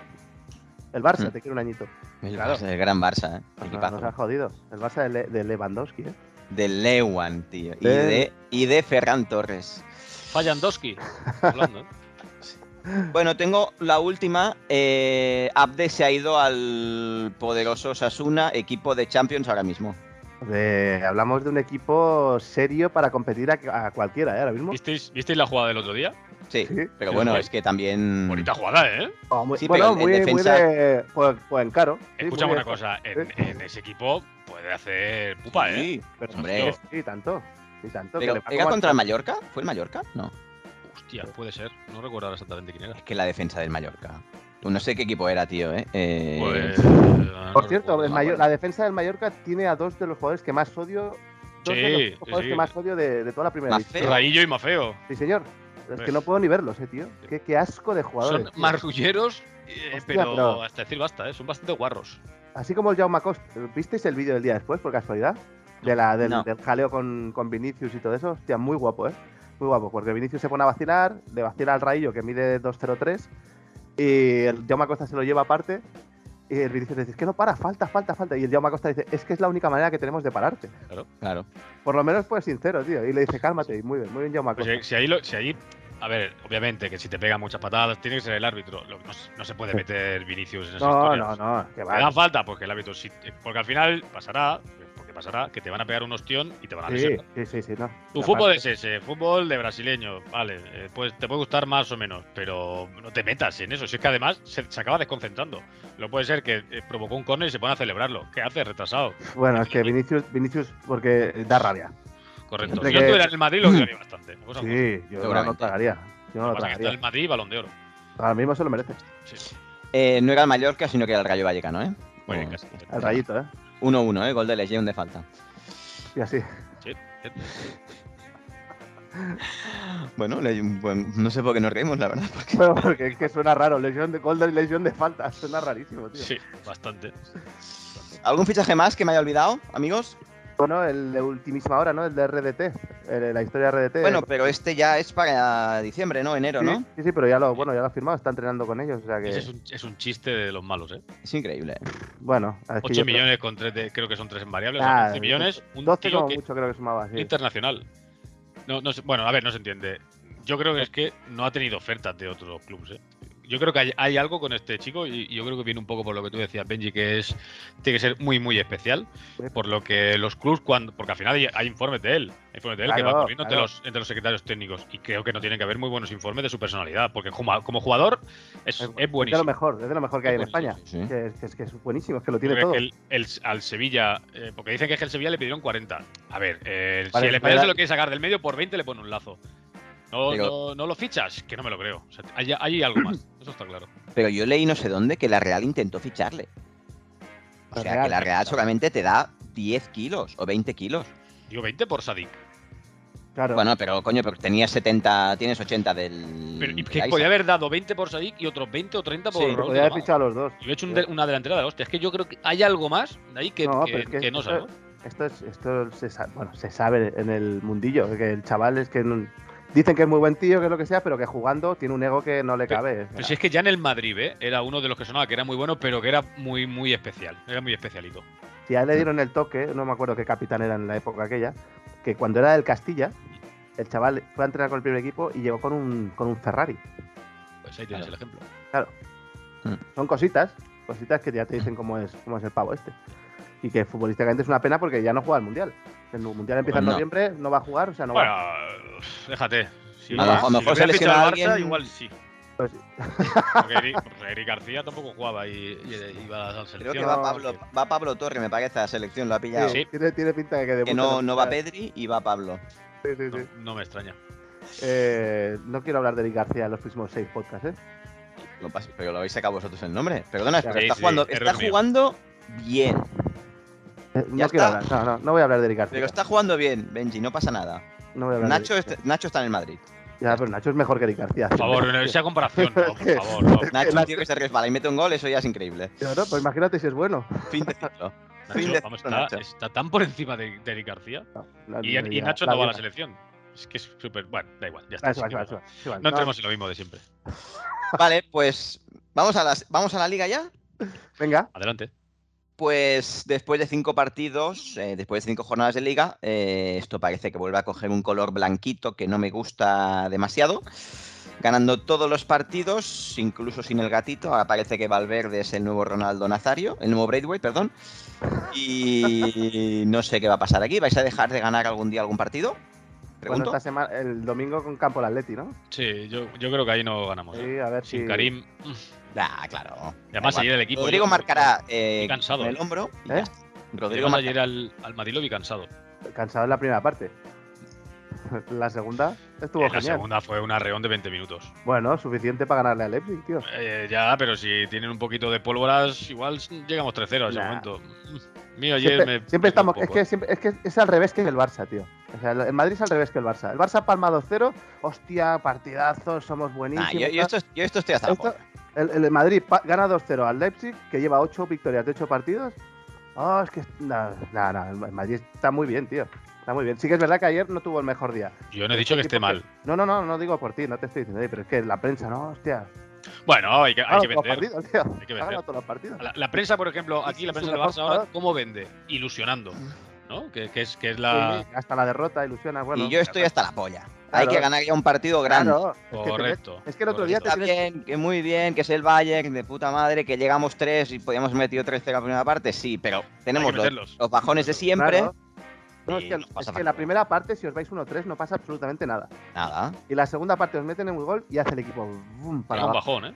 Speaker 4: El Barça
Speaker 2: Mm.
Speaker 4: te quiere un añito.
Speaker 2: El,
Speaker 3: Claro.
Speaker 2: Barça, el gran Barça, ¿eh?
Speaker 4: Nos, ha-
Speaker 2: Equipazo.
Speaker 4: nos ha jodido. El Barça de, Le- de Lewandowski, ¿eh?
Speaker 2: De Lewan, tío. Y
Speaker 4: Eh.
Speaker 2: de, y de Ferran
Speaker 3: [sighs]
Speaker 2: Torres.
Speaker 3: sí. Fallandowski. hablando,
Speaker 4: [laughs]
Speaker 3: ¿eh?
Speaker 2: Bueno, tengo la última. Eh, Abde se ha ido al poderoso Sasuna, equipo de Champions ahora mismo.
Speaker 4: De- hablamos de un equipo serio para competir a, a cualquiera, ¿eh? Ahora mismo.
Speaker 3: ¿Visteis, visteis la jugada del otro día?
Speaker 2: Sí,
Speaker 4: Sí.
Speaker 2: pero
Speaker 3: Sí,
Speaker 2: bueno,
Speaker 3: sí.
Speaker 2: es que también.
Speaker 3: Bonita jugada, ¿eh?
Speaker 4: Oh, muy-
Speaker 2: sí, pero en-
Speaker 4: bueno,
Speaker 2: en
Speaker 4: muy, muy
Speaker 2: defensa-
Speaker 4: de. Pues, pues en caro. Sí,
Speaker 3: Escuchame
Speaker 4: muy
Speaker 3: una
Speaker 4: de-
Speaker 3: cosa, en,
Speaker 4: ¿eh?
Speaker 3: en ese equipo puede hacer pupa, ¿eh?
Speaker 2: Sí,
Speaker 4: Pero
Speaker 2: Hombre.
Speaker 4: sí, sí, tanto. Sí, tanto. que
Speaker 2: pero
Speaker 4: le va
Speaker 2: ¿era
Speaker 4: como-
Speaker 2: contra el Mallorca? ¿Fue el Mallorca? No.
Speaker 3: Hostia, puede ser. No recuerdo ahora exactamente quién era.
Speaker 2: Es que la defensa del Mallorca. Pues No sé qué equipo era, tío, ¿eh? Eh,
Speaker 3: Pues, no
Speaker 4: Por cierto,
Speaker 3: recuerdo.
Speaker 4: el Mayor- la defensa del Mallorca tiene a dos de los jugadores que más odio. Dos
Speaker 3: Sí,
Speaker 4: de los
Speaker 3: sí,
Speaker 4: jugadores
Speaker 3: sí.
Speaker 4: que más odio de, de toda la primera
Speaker 2: Más
Speaker 4: división.
Speaker 2: feo.
Speaker 3: Raillo y Mafeo.
Speaker 4: Sí, señor. Es que no puedo ni verlos, eh, tío. Qué, qué asco de jugadores.
Speaker 3: Pues. Son
Speaker 4: tío.
Speaker 3: marrulleros, eh,
Speaker 4: Hostia,
Speaker 3: pero
Speaker 4: pero-
Speaker 3: hasta decir basta, ¿eh? son bastante guarros.
Speaker 4: Así como el Jaume Costa. ¿Visteis el vídeo del día después, por casualidad? De la, del,
Speaker 2: No.
Speaker 4: del jaleo con, con Vinicius y todo eso. Hostia, muy guapo, ¿eh? Muy guapo, porque Vinicius se pone a vacilar, le vacila al Raillo, que mide 2.03, y el Jaume Costa se lo lleva aparte, y el Vinicius le dice, es que no para, falta, falta, falta. Y el Jaume Costa dice, es que es la única manera que tenemos de pararte.
Speaker 2: Claro.
Speaker 4: Por lo menos pues sincero, tío. Y le dice, cálmate, y muy bien, muy bien, Jaume
Speaker 3: Pues,
Speaker 4: Acosta.
Speaker 3: eh, si, ahí lo- si ahí- a ver, obviamente que si te pegan muchas patadas, tiene que ser el árbitro. Lo- no, se- no se puede meter Vinicius en esas
Speaker 4: No,
Speaker 3: historias. pues,
Speaker 4: no, no, que
Speaker 3: Te
Speaker 4: va.
Speaker 3: dan falta porque el árbitro sí- eh, porque al final pasará, porque pasará que te van a pegar un hostión y te van a
Speaker 4: Sí,
Speaker 3: lesionar.
Speaker 4: sí, sí, sí, no.
Speaker 3: Tu
Speaker 4: La
Speaker 3: fútbol
Speaker 4: parte-
Speaker 3: es ese, fútbol de brasileño, vale, eh, pues te puede gustar más o menos, pero no te metas en eso, si es que además se, se acaba desconcentrando. Lo puede ser que eh, provocó un córner y se pone a celebrarlo. ¿Qué hace? Retrasado.
Speaker 4: Bueno, es que Vinicius, Vinicius, porque da rabia.
Speaker 3: Correcto.
Speaker 4: Siempre
Speaker 3: Si yo
Speaker 4: que-
Speaker 3: estuviera en el Madrid
Speaker 4: [clears throat]
Speaker 3: lo quería bastante. Vamos a ver.
Speaker 4: Sí, yo no lo
Speaker 2: Seguramente.
Speaker 4: tragaría. Yo no
Speaker 3: Lo que pasa es
Speaker 4: lo
Speaker 3: que está en
Speaker 4: tragaría.
Speaker 3: el Madrid balón de oro.
Speaker 4: Ahora mismo se lo merece.
Speaker 3: Sí.
Speaker 2: Eh, no era el Mallorca, sino que era el Rayo Vallecano, ¿eh?
Speaker 3: Bueno,
Speaker 2: Oh,
Speaker 3: casi.
Speaker 4: El rayito, ¿eh?
Speaker 2: 1-1, ¿eh? Gol de Legion de falta.
Speaker 4: Y así. [laughs]
Speaker 2: Bueno, le- bueno, no sé por qué nos reímos, la verdad. [laughs] porque-
Speaker 4: Bueno, porque es que suena raro. Lesión de gol de lesión de falta. [laughs] Suena rarísimo, tío.
Speaker 3: Sí, bastante.
Speaker 2: ¿Algún fichaje más que me haya olvidado, amigos?
Speaker 4: Bueno, el de ultimísima hora, ¿no? El de RDT. el- la historia de RDT.
Speaker 2: Bueno, pero este ya es para diciembre, ¿no? Enero,
Speaker 4: Eh, sí,
Speaker 2: ¿no?
Speaker 4: Sí, sí, pero ya lo, bueno, ya lo ha firmado. Está entrenando con ellos. O sea
Speaker 3: Ese
Speaker 4: que.
Speaker 3: es un, es un chiste de los malos, ¿eh?
Speaker 2: Es increíble.
Speaker 4: Bueno, es que
Speaker 3: 8
Speaker 4: yo creo-
Speaker 3: millones con tres de- creo que son tres en variables,
Speaker 4: Ah,
Speaker 3: 11 millones, un
Speaker 4: 12
Speaker 3: tío
Speaker 4: como
Speaker 3: que
Speaker 4: mucho creo que sumaba. Sí.
Speaker 3: internacional. No, no, se- bueno, a ver, no se entiende. Yo creo que es que no ha tenido ofertas de otros clubes. ¿eh? Yo creo que hay, hay algo con este chico y y yo creo que viene un poco por lo que tú decías, Benji, que es tiene que ser muy, muy especial. Por lo que los clubs, cuando, porque al final hay, hay informes de él, hay informes de él que
Speaker 4: Claro,
Speaker 3: va corriendo entre,
Speaker 4: claro.
Speaker 3: los, entre los secretarios técnicos. Y creo que no tienen que haber muy buenos informes de su personalidad, porque como, como jugador es, es
Speaker 4: Es de
Speaker 3: buenísimo.
Speaker 4: lo mejor, es de lo mejor que hay en
Speaker 3: Es buenísimo,
Speaker 4: España.
Speaker 2: Sí.
Speaker 4: Que es, que es que es buenísimo, es que lo
Speaker 3: Yo
Speaker 4: tiene
Speaker 3: creo
Speaker 4: todo.
Speaker 3: que el- el- al Sevilla, eh, porque dicen que es que el Sevilla le pidieron 40. A ver, eh,
Speaker 4: Vale,
Speaker 3: si el
Speaker 4: es
Speaker 3: español
Speaker 4: verdad.
Speaker 3: se lo quiere sacar del medio, por 20 le pone un lazo. No,
Speaker 2: Pero-
Speaker 3: no, no lo fichas, que no me lo creo. O sea, hay, hay algo
Speaker 4: [clears throat]
Speaker 3: más, eso está claro.
Speaker 2: Pero yo leí no sé dónde que la Real intentó ficharle. O
Speaker 4: La
Speaker 2: sea, que
Speaker 4: Real.
Speaker 2: la Real solamente te da 10 kilos o 20 kilos.
Speaker 3: Digo, 20 por Sadik.
Speaker 4: Claro.
Speaker 2: Bueno, pero coño, pero tenías 70, tienes 80 del.
Speaker 3: Pero, y
Speaker 4: Mm,
Speaker 2: del
Speaker 3: que
Speaker 2: Isaac.
Speaker 3: podía haber dado 20 por Sadik y otros 20 o 30 por
Speaker 2: Sí,
Speaker 3: Raúl
Speaker 4: Podría haber
Speaker 3: Tomás.
Speaker 4: fichado a los dos.
Speaker 3: Y he hecho un de- una delantera de hostia. Es que yo creo que hay algo más de ahí que
Speaker 4: No,
Speaker 3: que-
Speaker 4: pero es que
Speaker 3: que no
Speaker 4: eso-
Speaker 3: sabemos.
Speaker 4: Esto es, esto se sabe, bueno, se sabe en el mundillo, que el chaval es que no- dicen que es muy buen tío, que es lo que sea, pero que jugando tiene un ego que no le
Speaker 3: Pero-
Speaker 4: cabe.
Speaker 3: Pero si es que ya en el Madrid, ¿eh? Era uno de los que sonaba que era muy bueno, pero que era muy, muy especial. Era muy especialito.
Speaker 4: Si a él le dieron el toque, no me acuerdo qué capitán era en la época aquella, que cuando era del Castilla, el chaval fue a entrenar con el primer equipo y llegó con un, con un Ferrari.
Speaker 3: Pues ahí
Speaker 2: Claro.
Speaker 3: tienes el ejemplo.
Speaker 4: Son cositas, cositas que ya te dicen cómo es, cómo es el pavo este. Y que futbolísticamente es una pena porque ya no juega al Mundial. El Mundial empieza en
Speaker 2: Bueno.
Speaker 4: noviembre, no va a jugar, o sea, no va.
Speaker 3: Bueno, déjate. Si
Speaker 2: A
Speaker 3: lo-
Speaker 2: lo mejor-
Speaker 3: si
Speaker 2: a lo mejor
Speaker 3: hubiera
Speaker 2: se
Speaker 3: fichado al
Speaker 2: lesiona
Speaker 3: Barça,
Speaker 2: alguien.
Speaker 3: igual sí.
Speaker 4: Pues sí.
Speaker 3: Porque
Speaker 4: [laughs]
Speaker 3: Eric, porque Eric García tampoco jugaba y, y- y iba a la
Speaker 2: Creo
Speaker 3: selección.
Speaker 2: que va Pablo, va Pablo Torre, me parece, a la selección, lo ha pillado.
Speaker 3: Sí.
Speaker 4: Tiene, tiene pinta de que,
Speaker 2: Que
Speaker 4: debuta
Speaker 2: no,
Speaker 4: en
Speaker 2: no
Speaker 4: la-
Speaker 2: va Pedri y va Pablo.
Speaker 4: Sí, sí,
Speaker 3: No,
Speaker 4: sí.
Speaker 3: no me extraña.
Speaker 4: Eh, no quiero hablar de Eric García en los próximos seis podcasts, ¿eh?
Speaker 2: Lo pas- pero lo habéis sacado vosotros el nombre. Perdona, pero
Speaker 3: Sí,
Speaker 2: está
Speaker 3: sí,
Speaker 2: jugando,
Speaker 3: error
Speaker 2: está
Speaker 3: mío.
Speaker 2: jugando bien.
Speaker 4: Eh, No
Speaker 2: Ya
Speaker 4: quiero
Speaker 2: está.
Speaker 4: hablar, no, no, no voy a hablar de Eric García.
Speaker 2: Pero está jugando bien, Benji, no pasa nada.
Speaker 4: No voy a hablar de
Speaker 2: Nacho, este.
Speaker 4: Eric
Speaker 2: está- Nacho está en el Madrid.
Speaker 4: García. Ya, pero Nacho es mejor que Eric García.
Speaker 3: Por
Speaker 4: [laughs]
Speaker 3: favor, no, esa comparación, no, por favor. no.
Speaker 2: Nacho, un
Speaker 4: Nacho-
Speaker 2: tío que se resbala y mete un gol, eso ya es increíble.
Speaker 4: Pero no, pues imagínate si es bueno.
Speaker 2: Fin de ciclo. fin de
Speaker 3: Nacho, vamos,
Speaker 2: ciclo,
Speaker 3: está,
Speaker 2: Nacho.
Speaker 3: está tan por encima de, de Eric García.
Speaker 4: No, la-
Speaker 3: Y, y
Speaker 4: la-
Speaker 3: Nacho no va a la
Speaker 4: vida.
Speaker 3: selección. Es que es súper. Bueno, da igual, ya está.
Speaker 4: Ah, eso
Speaker 3: sí
Speaker 4: va, eso va,
Speaker 3: que
Speaker 4: eso
Speaker 3: va.
Speaker 4: va, eso va.
Speaker 3: No
Speaker 4: No,
Speaker 3: entremos en lo mismo de siempre.
Speaker 2: Vale, pues vamos a, las, vamos a la liga ya.
Speaker 4: Venga,
Speaker 3: Adelante.
Speaker 2: Pues después de cinco partidos, eh, después de cinco jornadas de liga, eh, esto parece que vuelve a coger un color blanquito que no me gusta demasiado. Ganando todos los partidos, incluso sin el gatito. Ahora parece que Valverde es el nuevo Ronaldo Nazario, el nuevo Braithwaite, perdón. Y no sé qué va a pasar aquí. ¿Vais a dejar de ganar algún día algún partido?
Speaker 4: bueno,
Speaker 2: Pregunto.
Speaker 4: esta semana, el domingo con Campo el Atleti, ¿no?
Speaker 3: Sí, yo, yo creo que ahí no ganamos. ¿eh?
Speaker 4: Sí, a ver
Speaker 3: Sin
Speaker 4: si.
Speaker 3: Karim. mm,
Speaker 2: Ah, claro.
Speaker 3: Y además
Speaker 2: Da igual.
Speaker 3: ayer el equipo.
Speaker 2: Rodrigo
Speaker 3: yo-
Speaker 2: marcará eh,
Speaker 3: Estoy cansado,
Speaker 2: con el
Speaker 3: eh.
Speaker 2: hombro. y
Speaker 4: ¿Eh?
Speaker 2: ya está. Rodrigo
Speaker 3: Además,
Speaker 2: marcará.
Speaker 3: ayer al, al Madrid lo vi cansado.
Speaker 4: Cansado en la primera parte. [laughs] La segunda estuvo
Speaker 3: En la
Speaker 4: genial.
Speaker 3: segunda fue una reón de 20 minutos.
Speaker 4: Bueno, suficiente para ganarle al Leipzig, tío.
Speaker 3: Eh, ya, pero si tienen un poquito de pólvoras, igual llegamos 3-0 a ese
Speaker 4: Nah.
Speaker 3: momento. [laughs] Mío, ayer
Speaker 4: Siempre,
Speaker 3: me. me dio
Speaker 4: siempre
Speaker 3: un
Speaker 4: estamos. Es
Speaker 3: poco.
Speaker 4: que, siempre- es que es al revés que el Barça, tío. O sea, el Madrid es al revés que el Barça. El Barça palma 2-0. Hostia, partidazo, somos buenísimos.
Speaker 2: Nah, yo, yo
Speaker 4: tal.
Speaker 2: esto, yo esto estoy hasta la
Speaker 4: Esto-
Speaker 2: polla.
Speaker 4: el, el Madrid pa- gana 2-0 al Leipzig, que lleva 8 victorias de 8 partidos. Oh, es que. Nada, nada, el Madrid está muy bien, tío. Está muy bien. Sí que es verdad que ayer no tuvo el mejor día.
Speaker 3: Yo no he dicho que esté mal.
Speaker 4: No, no, no, no digo por ti, no te estoy diciendo, "Ey, pero es que la prensa, no, hostia.
Speaker 3: Bueno, hay que, hay
Speaker 4: Ha
Speaker 3: que
Speaker 4: ganado todos los
Speaker 3: vender.
Speaker 4: partidos, tío.
Speaker 3: Hay que
Speaker 4: Ha
Speaker 3: vender.
Speaker 4: ganado todos los partidos.
Speaker 3: La, la prensa, por ejemplo, aquí la prensa
Speaker 4: Sí, sí, sí,
Speaker 3: del
Speaker 4: mejor
Speaker 3: Barça ahora,
Speaker 4: jugador.
Speaker 3: ¿cómo vende? Ilusionando. ¿No? Que, que es, que es la.
Speaker 4: Mm. Sí, hasta la derrota ilusiona, bueno.
Speaker 2: y yo estoy hasta la polla.
Speaker 4: Claro.
Speaker 2: Hay que ganar ya un partido grande.
Speaker 4: Claro, es que te
Speaker 3: Correcto.
Speaker 4: met- es que el otro día
Speaker 3: correcto.
Speaker 2: Está bien, que muy bien, que es el Bayern, de puta madre, que llegamos tres y podíamos haber metido tres en la primera parte, sí, pero tenemos
Speaker 3: que
Speaker 2: los,
Speaker 3: meterlos.
Speaker 2: los bajones de
Speaker 4: met-
Speaker 2: siempre.
Speaker 4: claro. No, es
Speaker 2: y
Speaker 4: que,
Speaker 2: nos pasa
Speaker 4: es que la
Speaker 2: factura.
Speaker 4: primera parte, si os vais 1-3, no pasa absolutamente nada.
Speaker 2: Nada.
Speaker 4: Y la segunda parte os meten en un gol y hace el equipo boom, para
Speaker 3: Era un
Speaker 4: abajo.
Speaker 3: bajón, ¿eh?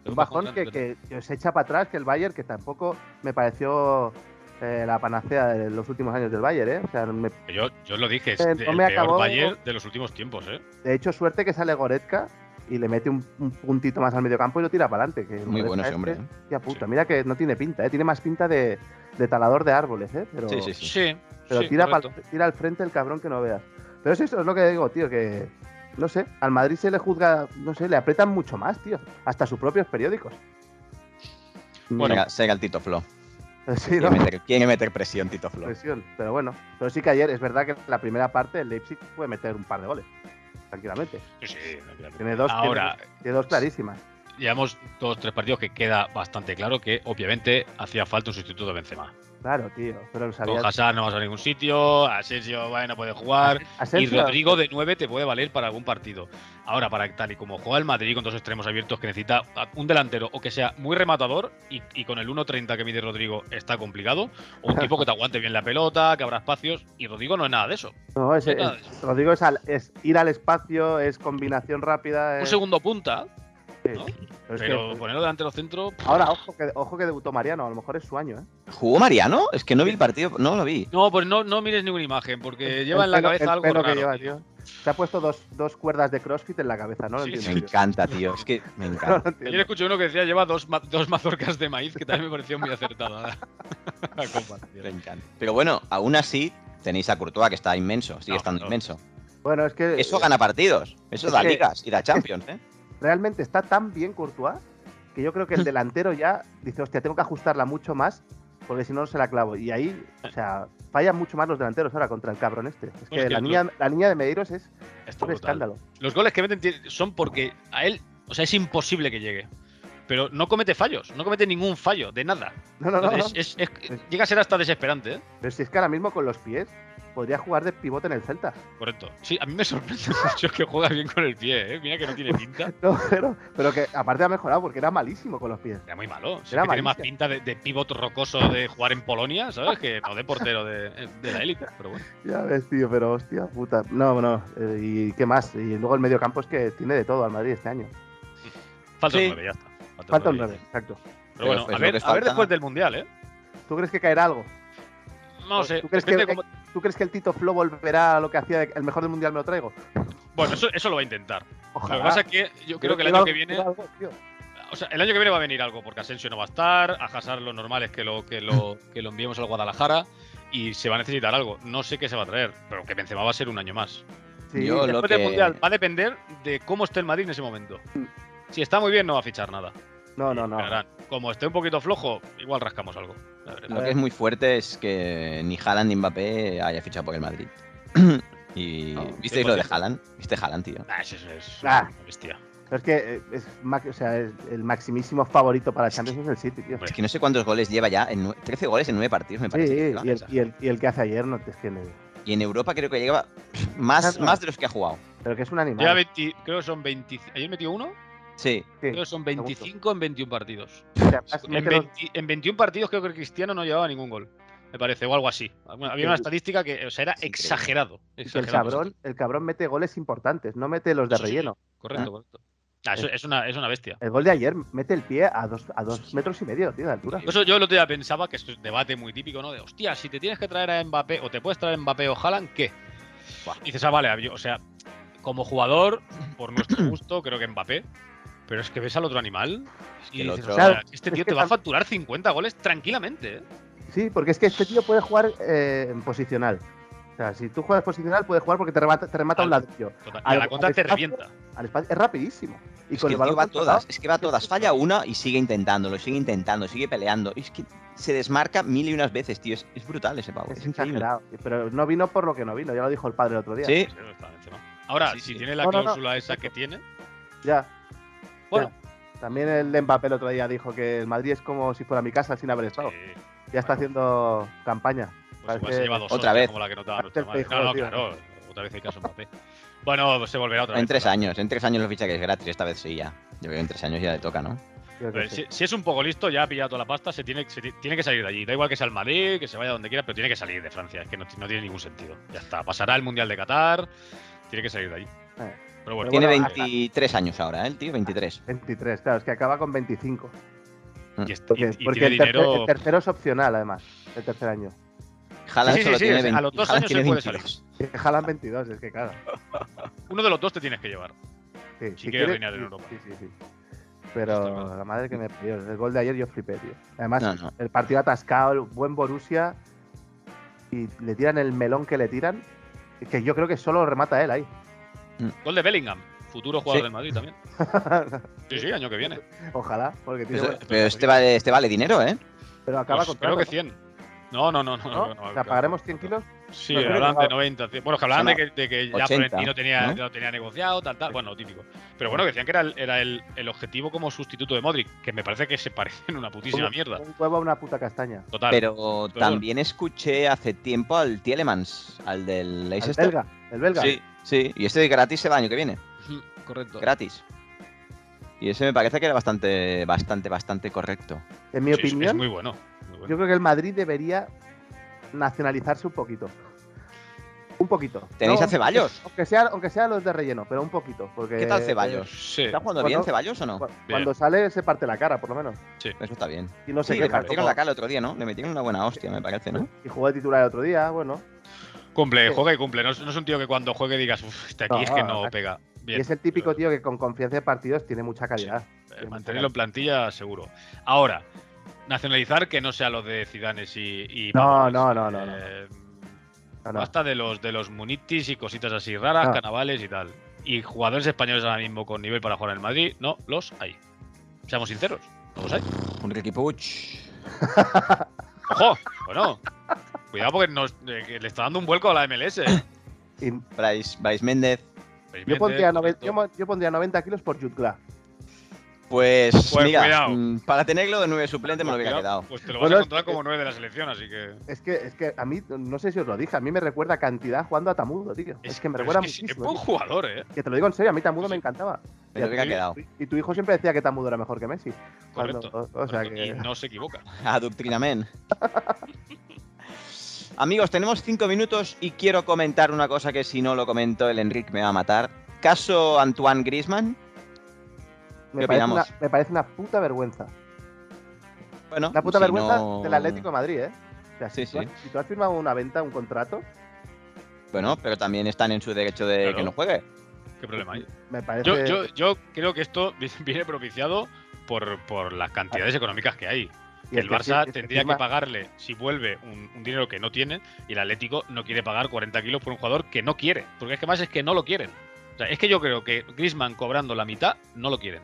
Speaker 3: Era
Speaker 4: Un bajón que,
Speaker 3: grande.
Speaker 4: que- que se echa para atrás, que el Bayern, que tampoco me pareció eh, la panacea de los últimos años del Bayern, ¿eh? O sea, me-
Speaker 3: Que Yo, yo lo dije, es
Speaker 4: Eh,
Speaker 3: de-
Speaker 4: no
Speaker 3: el
Speaker 4: me
Speaker 3: peor
Speaker 4: acabó-
Speaker 3: Bayern de los últimos tiempos, ¿eh?
Speaker 4: de hecho, suerte que sale Goretzka y le mete un, un puntito más al mediocampo y lo tira para adelante. que
Speaker 2: Muy
Speaker 4: Goretzka
Speaker 2: bueno ese
Speaker 4: este,
Speaker 2: hombre. ¿eh?
Speaker 4: hostia puta, mira que no tiene pinta, ¿eh? Tiene más pinta de, de talador de árboles, ¿eh? Pero,
Speaker 2: Sí, sí, sí.
Speaker 3: Sí.
Speaker 4: pero
Speaker 3: sí,
Speaker 4: tira,
Speaker 3: correcto.
Speaker 4: pa'l- tira al frente el cabrón que no veas. Pero es eso, es lo que digo, tío, que... No sé, al Madrid se le juzga, no sé, le apretan mucho más, tío. Hasta sus propios periódicos.
Speaker 3: Bueno.
Speaker 2: Venga, Sega el Tito Flo.
Speaker 4: sí,
Speaker 2: Quiere
Speaker 4: ¿no? Pues
Speaker 2: meter, quiere meter presión, Tito Flo.
Speaker 4: presión, pero bueno. Pero sí que ayer es verdad que la primera parte el Leipzig puede meter un par de goles, tranquilamente.
Speaker 3: Sí, sí,
Speaker 4: Tiene dos,
Speaker 3: Ahora,
Speaker 4: Tiene dos clarísimas.
Speaker 3: llevamos dos tres partidos que queda bastante claro que obviamente hacía falta un sustituto de Benzema.
Speaker 4: Claro, tío. Pero lo sabía.
Speaker 3: Con Hazard no vas a ningún sitio, Asensio bueno, puede jugar y
Speaker 4: Asensio-
Speaker 3: Rodrigo de 9 te puede valer para algún partido. Ahora, para tal y como juega el Madrid con dos extremos abiertos que necesita a- un delantero o que sea muy rematador y, y con el 1.30 que mide Rodrigo está complicado, o un tipo que te aguante bien la pelota, que abra espacios y Rodrigo no es nada de eso.
Speaker 4: No, es,
Speaker 3: Venga.
Speaker 4: es- Rodrigo es, al- es ir al espacio, es combinación rápida.
Speaker 3: Un
Speaker 4: es-
Speaker 3: segundo punta,
Speaker 4: sí.
Speaker 3: ¿no?
Speaker 4: Pero es que-
Speaker 3: pero ponerlo delante de los centros.
Speaker 4: Ahora, ojo que, ojo que debutó Mariano, a lo mejor es su año, ¿eh?
Speaker 2: ¿Jugó Mariano? Es que no vi el partido, no lo vi.
Speaker 3: No, pues no, no mires ninguna imagen, porque lleva en la
Speaker 4: pelo-
Speaker 3: cabeza
Speaker 4: el
Speaker 3: algo
Speaker 4: pelo
Speaker 3: raro.
Speaker 4: que lleva,
Speaker 3: tío.
Speaker 4: tío. Se ha puesto dos, dos cuerdas de CrossFit en la cabeza, no lo
Speaker 3: Sí,
Speaker 2: Me
Speaker 4: entiendo. yo.
Speaker 2: encanta, tío. Es que me
Speaker 4: [laughs] No
Speaker 2: encanta.
Speaker 4: lo
Speaker 3: Ayer
Speaker 4: entiendo.
Speaker 3: escuché uno que decía lleva dos, ma- dos mazorcas de maíz, que también me pareció muy acertada la [laughs] comparación.
Speaker 2: Me encanta. Pero bueno, aún así tenéis a Courtois, que está inmenso, sigue
Speaker 3: No,
Speaker 2: estando
Speaker 3: no.
Speaker 2: inmenso.
Speaker 4: Bueno, es que
Speaker 2: Eso gana partidos, eso
Speaker 4: es
Speaker 2: da
Speaker 4: que-
Speaker 2: ligas y da Champions, ¿eh?
Speaker 4: realmente está tan bien Courtois que yo
Speaker 3: [laughs]
Speaker 4: creo que el delantero ya dice, hostia, tengo que ajustarla mucho más porque si no, no se la clavo. Y ahí, o sea, fallan mucho más los delanteros ahora contra el cabrón este. Es que,
Speaker 3: que
Speaker 4: la,
Speaker 3: lo-
Speaker 4: niña, la niña de Medeiros es
Speaker 3: Está
Speaker 4: un
Speaker 3: brutal.
Speaker 4: escándalo.
Speaker 3: Los goles que meten tie- son porque a él, o sea, es imposible que llegue. Pero no comete fallos, no comete ningún fallo, de nada.
Speaker 4: No, no, no. no. [laughs]
Speaker 3: Entonces, es- es- es- llega a ser hasta desesperante, ¿eh?
Speaker 4: Pero si es que ahora mismo con los pies podría jugar de pivote en el Celta. [laughs]
Speaker 3: Correcto. Sí, a mí me sorprende [laughs] mucho que juega bien con el pie, ¿eh? Mira que no tiene pinta.
Speaker 4: No, pero, pero que aparte ha mejorado porque era malísimo con los pies.
Speaker 3: Era muy malo. Sí,
Speaker 4: Era
Speaker 3: que tiene más
Speaker 4: malicia.
Speaker 3: pinta de, de pivot rocoso de jugar en Polonia, ¿sabes? Que no de portero de, de la élite. Pero bueno.
Speaker 4: Ya ves, tío, pero hostia, puta. No, no. eh, ¿Y qué más? Y luego el medio campo es que tiene de todo al Madrid este año.
Speaker 3: Falta
Speaker 2: Sí.
Speaker 3: el 9, ya está.
Speaker 4: Falta el 9, exacto.
Speaker 3: Pero bueno,
Speaker 2: Pero es lo
Speaker 3: a
Speaker 2: que
Speaker 3: ver, a ver
Speaker 2: falta.
Speaker 3: después del mundial, ¿eh?
Speaker 4: ¿Tú crees que caerá algo?
Speaker 3: No sé.
Speaker 4: ¿Tú crees, que, eh,
Speaker 3: depende cómo-
Speaker 4: ¿Tú crees que el Tito Flo volverá a lo que hacía de- el mejor del mundial me lo traigo?
Speaker 3: Bueno, eso, eso lo va a intentar.
Speaker 4: Ojalá.
Speaker 3: Lo que pasa es que yo creo que el
Speaker 4: diga
Speaker 3: año que
Speaker 4: algo-
Speaker 3: viene.
Speaker 4: diga algo, tío.
Speaker 3: O sea, el año que viene va a venir algo, porque Asensio no va a estar, a Hazard lo normal es que lo, que [laughs] lo, que lo enviemos al Guadalajara y se va a necesitar algo. No sé qué se va a traer, pero que Benzema va a ser un año más.
Speaker 4: Sí,
Speaker 2: Yo lo
Speaker 3: Después
Speaker 2: que-
Speaker 3: del
Speaker 2: Mm.
Speaker 3: Mundial va a depender de cómo esté el Madrid en ese momento. Si está muy bien, no va a fichar nada.
Speaker 4: no, no, no.
Speaker 3: Esperarán. Como esté un poquito flojo, igual rascamos algo. la verdad.
Speaker 2: Lo que es muy fuerte es que ni Haaland ni Mbappé haya fichado por el Madrid. [clears throat] y
Speaker 4: No,
Speaker 2: visteis lo de
Speaker 3: 100%.
Speaker 2: Haaland, viste Haaland, tío.
Speaker 3: Ah, eso es, es
Speaker 4: Ah.
Speaker 3: una bestia.
Speaker 4: Pero es que eh, es, ma- o sea, es- el maximísimo favorito para Champions es el City, tío.
Speaker 3: Hombre,
Speaker 2: Es que no sé cuántos goles lleva ya, en nue- 13 goles en 9 partidos, me
Speaker 4: Sí,
Speaker 2: parece. que lleva.
Speaker 4: y, el, y, el, y el que hace ayer no te tiene.
Speaker 2: Y en Europa creo que lleva más,
Speaker 4: Claro.
Speaker 2: más de los que ha jugado.
Speaker 4: Pero que es un animal.
Speaker 3: Lleva 20 creo que son 20. ¿Ayer metió uno?
Speaker 2: Sí,
Speaker 4: Sí,
Speaker 3: Creo que son 25 en 21 partidos.
Speaker 4: o sea, más-
Speaker 3: En,
Speaker 4: mete los-
Speaker 3: 20 en 21 partidos creo que Cristiano no llevaba ningún gol, me parece, o algo así. Alguna- Había una estadística que o sea, era
Speaker 2: Es increíble.
Speaker 3: exagerado.
Speaker 4: que el,
Speaker 3: exagerado.
Speaker 4: cabrón, el cabrón mete goles importantes, no mete los de
Speaker 3: Sí, sí, sí.
Speaker 4: relleno.
Speaker 3: Correcto, correcto. Ah, eso- es, una, es una bestia.
Speaker 4: El gol de ayer mete el pie a dos, a dos metros y medio, tío, de altura.
Speaker 3: Por Eso yo el otro día pensaba que esto es un debate muy típico, ¿no? De hostia, si te tienes que traer a Mbappé o te puedes traer a Mbappé o Haaland, ¿qué?
Speaker 2: Buah.
Speaker 3: Dices, ah, vale, yo- o sea, como jugador, por nuestro gusto, creo que Mbappé. Pero es que ves al otro animal
Speaker 2: que
Speaker 3: y
Speaker 2: el
Speaker 3: dices,
Speaker 2: otro-
Speaker 3: o sea,
Speaker 4: Claro,
Speaker 3: este
Speaker 4: es
Speaker 3: tío
Speaker 4: que
Speaker 3: te va a
Speaker 4: tam-
Speaker 3: facturar 50 goles tranquilamente. ¿eh?
Speaker 4: Sí, porque es que este tío puede jugar eh, en posicional. O sea, si tú juegas posicional, puede jugar porque te remata, te remata un
Speaker 3: Al-
Speaker 4: ladrillo.
Speaker 3: Total, Y a
Speaker 4: Al-
Speaker 3: la contra
Speaker 4: al
Speaker 3: te
Speaker 4: espacio-
Speaker 3: revienta.
Speaker 4: Al espacio, es rapidísimo. Y
Speaker 2: es
Speaker 4: con
Speaker 2: que
Speaker 4: el
Speaker 2: el tío
Speaker 4: balón
Speaker 2: va a
Speaker 4: controlado,
Speaker 2: todas, es que va a todas, falla una y sigue intentándolo, sigue intentando, sigue peleando. Es que se desmarca mil y unas veces, tío. Es, es brutal ese pavo.
Speaker 4: es
Speaker 2: ¿eh? Es increíble.
Speaker 4: exagerado. Pero no vino por lo que no vino, ya lo dijo el padre el otro día.
Speaker 2: Sí,
Speaker 3: Sí, está Benzema. Ahora,
Speaker 2: Sí,
Speaker 3: si
Speaker 2: sí.
Speaker 3: tiene la
Speaker 4: No, no, no.
Speaker 3: cláusula esa que tiene,
Speaker 4: Ya.
Speaker 3: bueno,
Speaker 4: También el de Mbappé el otro día dijo que el Madrid es como si fuera mi casa sin haber estado.
Speaker 3: eh, pues
Speaker 4: Ya está haciendo campaña.
Speaker 3: igual
Speaker 4: Parece-
Speaker 3: se lleva dos
Speaker 2: otra
Speaker 3: otra
Speaker 2: vez.
Speaker 3: vez. como la que notaba nuestra
Speaker 4: Parece el
Speaker 3: madre.
Speaker 4: feijóo,
Speaker 3: No, no,
Speaker 4: tío.
Speaker 3: claro, otra vez el caso Mbappé. Bueno, pues se volverá otra vez.
Speaker 2: en tres
Speaker 3: ¿verdad?
Speaker 2: años, en tres años los ficha que es gratis, esta vez sí ya. Yo creo que en tres años ya le toca, ¿no?
Speaker 4: Yo
Speaker 3: A
Speaker 4: qué
Speaker 3: ver,
Speaker 4: sé.
Speaker 3: Pues si, si es un poco listo, ya ha pillado toda la pasta, se tiene, se ti- tiene que salir de allí. Da igual que sea el Madrid, que se vaya donde quiera, pero tiene que salir de Francia. Es que no, ti- no tiene ningún sentido. Ya está, pasará el Mundial de Qatar, tiene que salir de allí.
Speaker 4: Eh,
Speaker 3: Pero bueno,
Speaker 2: Tiene
Speaker 4: bueno,
Speaker 2: 23 años ahora, ¿eh? El tío, 23.
Speaker 4: 23, claro, es que acaba con 25.
Speaker 3: y, est-
Speaker 4: Porque,
Speaker 3: y- y
Speaker 4: porque
Speaker 3: tiene
Speaker 4: el, tercer-
Speaker 3: dinero.
Speaker 4: el tercero es opcional, además, el tercer año.
Speaker 2: Haaland
Speaker 3: Sí, sí,
Speaker 2: solo
Speaker 3: sí,
Speaker 2: tiene
Speaker 3: sí, a
Speaker 2: 20
Speaker 3: los dos
Speaker 2: Haaland
Speaker 3: años
Speaker 2: tiene
Speaker 3: se puede salir.
Speaker 2: 22.
Speaker 4: Que Jalan 22, es que claro.
Speaker 3: Uno de los dos te tienes que llevar.
Speaker 4: Sí,
Speaker 3: Si quiere reinar en
Speaker 4: sí,
Speaker 3: Europa.
Speaker 4: Sí, sí, sí.
Speaker 3: Está
Speaker 4: Pero
Speaker 3: claro.
Speaker 4: la madre que me parió. El gol de ayer yo flipé, tío. Además,
Speaker 2: No, no.
Speaker 4: el partido atascado, el buen Borussia. Y le tiran el melón que le tiran. Que yo creo que solo lo remata él ahí.
Speaker 3: Gol de Bellingham, futuro jugador
Speaker 2: Sí.
Speaker 3: del Madrid también.
Speaker 4: [laughs]
Speaker 3: Sí, sí, año que viene.
Speaker 4: Ojalá, porque tiene.
Speaker 2: Pero,
Speaker 4: buena-
Speaker 2: pero este, vale, este vale dinero, ¿eh?
Speaker 4: Pero acaba
Speaker 3: Pues
Speaker 4: con.
Speaker 3: creo que 100. No, no, no, no.
Speaker 4: ¿no?
Speaker 3: no, no,
Speaker 4: O sea,
Speaker 3: creo-
Speaker 4: pagaremos 100 kilos
Speaker 3: Sí,
Speaker 4: No, creo que
Speaker 3: hablaban de
Speaker 4: no.
Speaker 3: 90. cien- Bueno, que hablaban
Speaker 2: No,
Speaker 3: de que, de que ya
Speaker 2: 80,
Speaker 3: Florentino tenía,
Speaker 2: ¿no?
Speaker 3: ya lo tenía negociado, tal, tal. Bueno, lo típico. Pero bueno, que decían que era, el, era el, el objetivo como sustituto de Modric, que me parece que se [laughs] parecen una putísima
Speaker 4: Como-
Speaker 3: mierda.
Speaker 4: Un huevo a una puta castaña.
Speaker 3: Total.
Speaker 2: Pero
Speaker 3: Pero-
Speaker 2: también escuché hace tiempo al Tielemans, al del
Speaker 4: El
Speaker 2: Leicester.
Speaker 4: belga, el belga.
Speaker 2: Sí, sí. Y ese gratis el año que viene.
Speaker 3: Ujú, Correcto.
Speaker 2: Gratis. Y ese me parece que era bastante, bastante, bastante correcto.
Speaker 4: En mi
Speaker 3: Sí, es-
Speaker 4: opinión,
Speaker 3: Es muy bueno. muy bueno.
Speaker 4: yo creo que el Madrid debería nacionalizarse un poquito. Un poquito.
Speaker 2: ¿Tenéis a
Speaker 4: aunque-
Speaker 2: Ceballos?
Speaker 4: Aunque sea, aunque sea los de relleno, pero un poquito. Porque,
Speaker 3: Eh,
Speaker 2: ¿Qué tal Ceballos?
Speaker 3: Sí.
Speaker 2: ¿Está jugando
Speaker 4: Bueno,
Speaker 2: bien Ceballos o no?
Speaker 4: Cu- Cuando sale se parte la cara, por lo menos.
Speaker 2: Eso está bien.
Speaker 4: Y no se
Speaker 2: Sí, le
Speaker 4: queja,
Speaker 2: partieron
Speaker 4: como-
Speaker 2: la cara el otro día, ¿no? Le metieron una buena hostia, me parece, ¿no?
Speaker 4: Y jugó de titular el otro día, bueno.
Speaker 3: Cumple,
Speaker 4: Sí.
Speaker 3: juega y cumple. No, es- no es un tío que cuando juegue digas, uff, este aquí
Speaker 4: No,
Speaker 3: es que no
Speaker 4: aquí-
Speaker 3: pega. Bien.
Speaker 4: Y es el típico tío que con confianza de partidos tiene mucha calidad.
Speaker 3: Eh, Mantenerlo en plantilla, seguro. Ahora, nacionalizar que no sea lo de Zidanes y. y
Speaker 4: No,
Speaker 3: Pavlovich.
Speaker 4: no, no, no, no.
Speaker 3: Eh,
Speaker 4: No, Ah. no.
Speaker 3: Basta de los, de los munitis y cositas así raras,
Speaker 4: No.
Speaker 3: carnavales y tal. Y jugadores españoles ahora mismo con nivel para jugar en el Madrid, no los hay. Seamos sinceros, no los hay.
Speaker 2: Un Ricky Puch.
Speaker 3: ¡Ojo! Bueno, cuidado porque nos, eh, que le está dando un vuelco a la MLS. eh.
Speaker 4: Y
Speaker 2: Bryce, Bryce Méndez.
Speaker 4: yo, pondría noven- yo, mo- yo pondría 90 kilos por Jude Glass.
Speaker 2: Pues,
Speaker 3: Pues
Speaker 2: mira,
Speaker 3: cuidado.
Speaker 2: mm, para tenerlo de nueve suplente me lo hubiera quedado.
Speaker 3: Pues te lo vas
Speaker 4: Bueno,
Speaker 3: a
Speaker 4: es
Speaker 3: encontrar
Speaker 4: que-
Speaker 3: como nueve de la selección, así que.
Speaker 4: Es que, es que a mí, no sé si os lo dije, a mí me recuerda cantidad jugando a Tamudo, tío. Es, que me
Speaker 3: pero
Speaker 4: recuerda
Speaker 3: es, que es
Speaker 4: muchísimo.
Speaker 3: buen
Speaker 4: tío.
Speaker 3: jugador, ¿eh?
Speaker 4: Que te lo digo en serio, a mí Tamudo
Speaker 3: Sí,
Speaker 4: me
Speaker 3: sí.
Speaker 4: encantaba.
Speaker 2: Me lo hubiera
Speaker 3: Sí,
Speaker 2: quedado. [laughs]
Speaker 4: Y tu hijo siempre decía que Tamudo era mejor que Messi. Cuando-
Speaker 3: Correcto.
Speaker 4: o, o sea
Speaker 3: correcto, Y
Speaker 4: que.
Speaker 3: no se equivoca.
Speaker 2: Adoctrinamen. [laughs] Amigos, tenemos cinco minutos y quiero comentar una cosa que si no lo comento el Enric me va a matar. Caso Antoine Griezmann.
Speaker 4: Me
Speaker 2: ¿Qué
Speaker 4: parece, una,
Speaker 2: opinamos?
Speaker 4: me parece una puta vergüenza.
Speaker 2: Bueno,
Speaker 4: Una puta
Speaker 2: si
Speaker 4: vergüenza
Speaker 2: no-
Speaker 4: del Atlético de Madrid, ¿eh? O sea, si,
Speaker 2: Sí,
Speaker 4: tú
Speaker 2: sí.
Speaker 4: has, si tú has firmado una venta, un contrato,
Speaker 2: Bueno, pero también están en su derecho de
Speaker 3: Claro.
Speaker 2: que no juegue.
Speaker 3: ¿Qué problema hay?
Speaker 4: me parece.
Speaker 3: Yo, yo, yo creo que esto [laughs] viene propiciado por, por las cantidades económicas que hay.
Speaker 4: y es
Speaker 3: el
Speaker 4: que
Speaker 3: Barça
Speaker 4: sí, es
Speaker 3: tendría que
Speaker 4: firma-
Speaker 3: pagarle, si vuelve, un, un dinero que no tiene y el Atlético no quiere pagar 40 kilos por un jugador que no quiere. Porque es que más es que no lo quieren. O sea, es que yo creo que Griezmann cobrando la mitad no lo quieren.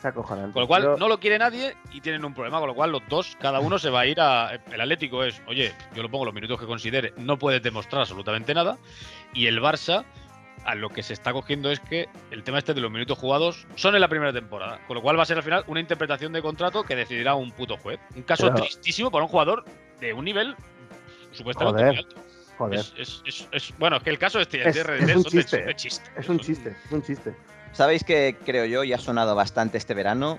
Speaker 4: es acojonante.
Speaker 3: Con lo cual
Speaker 4: Yo-
Speaker 3: no lo quiere nadie y tienen un problema. Con lo cual los dos, cada uno se va a ir a... El Atlético es, oye, yo lo pongo los minutos que considere, no puedes demostrar absolutamente nada. Y el Barça a lo que se está cogiendo es que el tema este de los minutos jugados son en la primera temporada. Con lo cual va a ser al final una interpretación de contrato que decidirá un puto juez. Un caso
Speaker 4: Pero-
Speaker 3: tristísimo para un jugador de un nivel supuestamente
Speaker 4: Joder,
Speaker 3: muy alto.
Speaker 4: Joder,
Speaker 3: Es, es- es- es- bueno, es que el caso este, el
Speaker 4: Es-
Speaker 3: de Red
Speaker 4: es
Speaker 3: Dead,
Speaker 4: un
Speaker 3: son de-
Speaker 4: chiste.
Speaker 3: son de chiste.
Speaker 4: es un
Speaker 3: Son-
Speaker 4: chiste, es un chiste.
Speaker 2: Sabéis que creo yo y ha sonado bastante este verano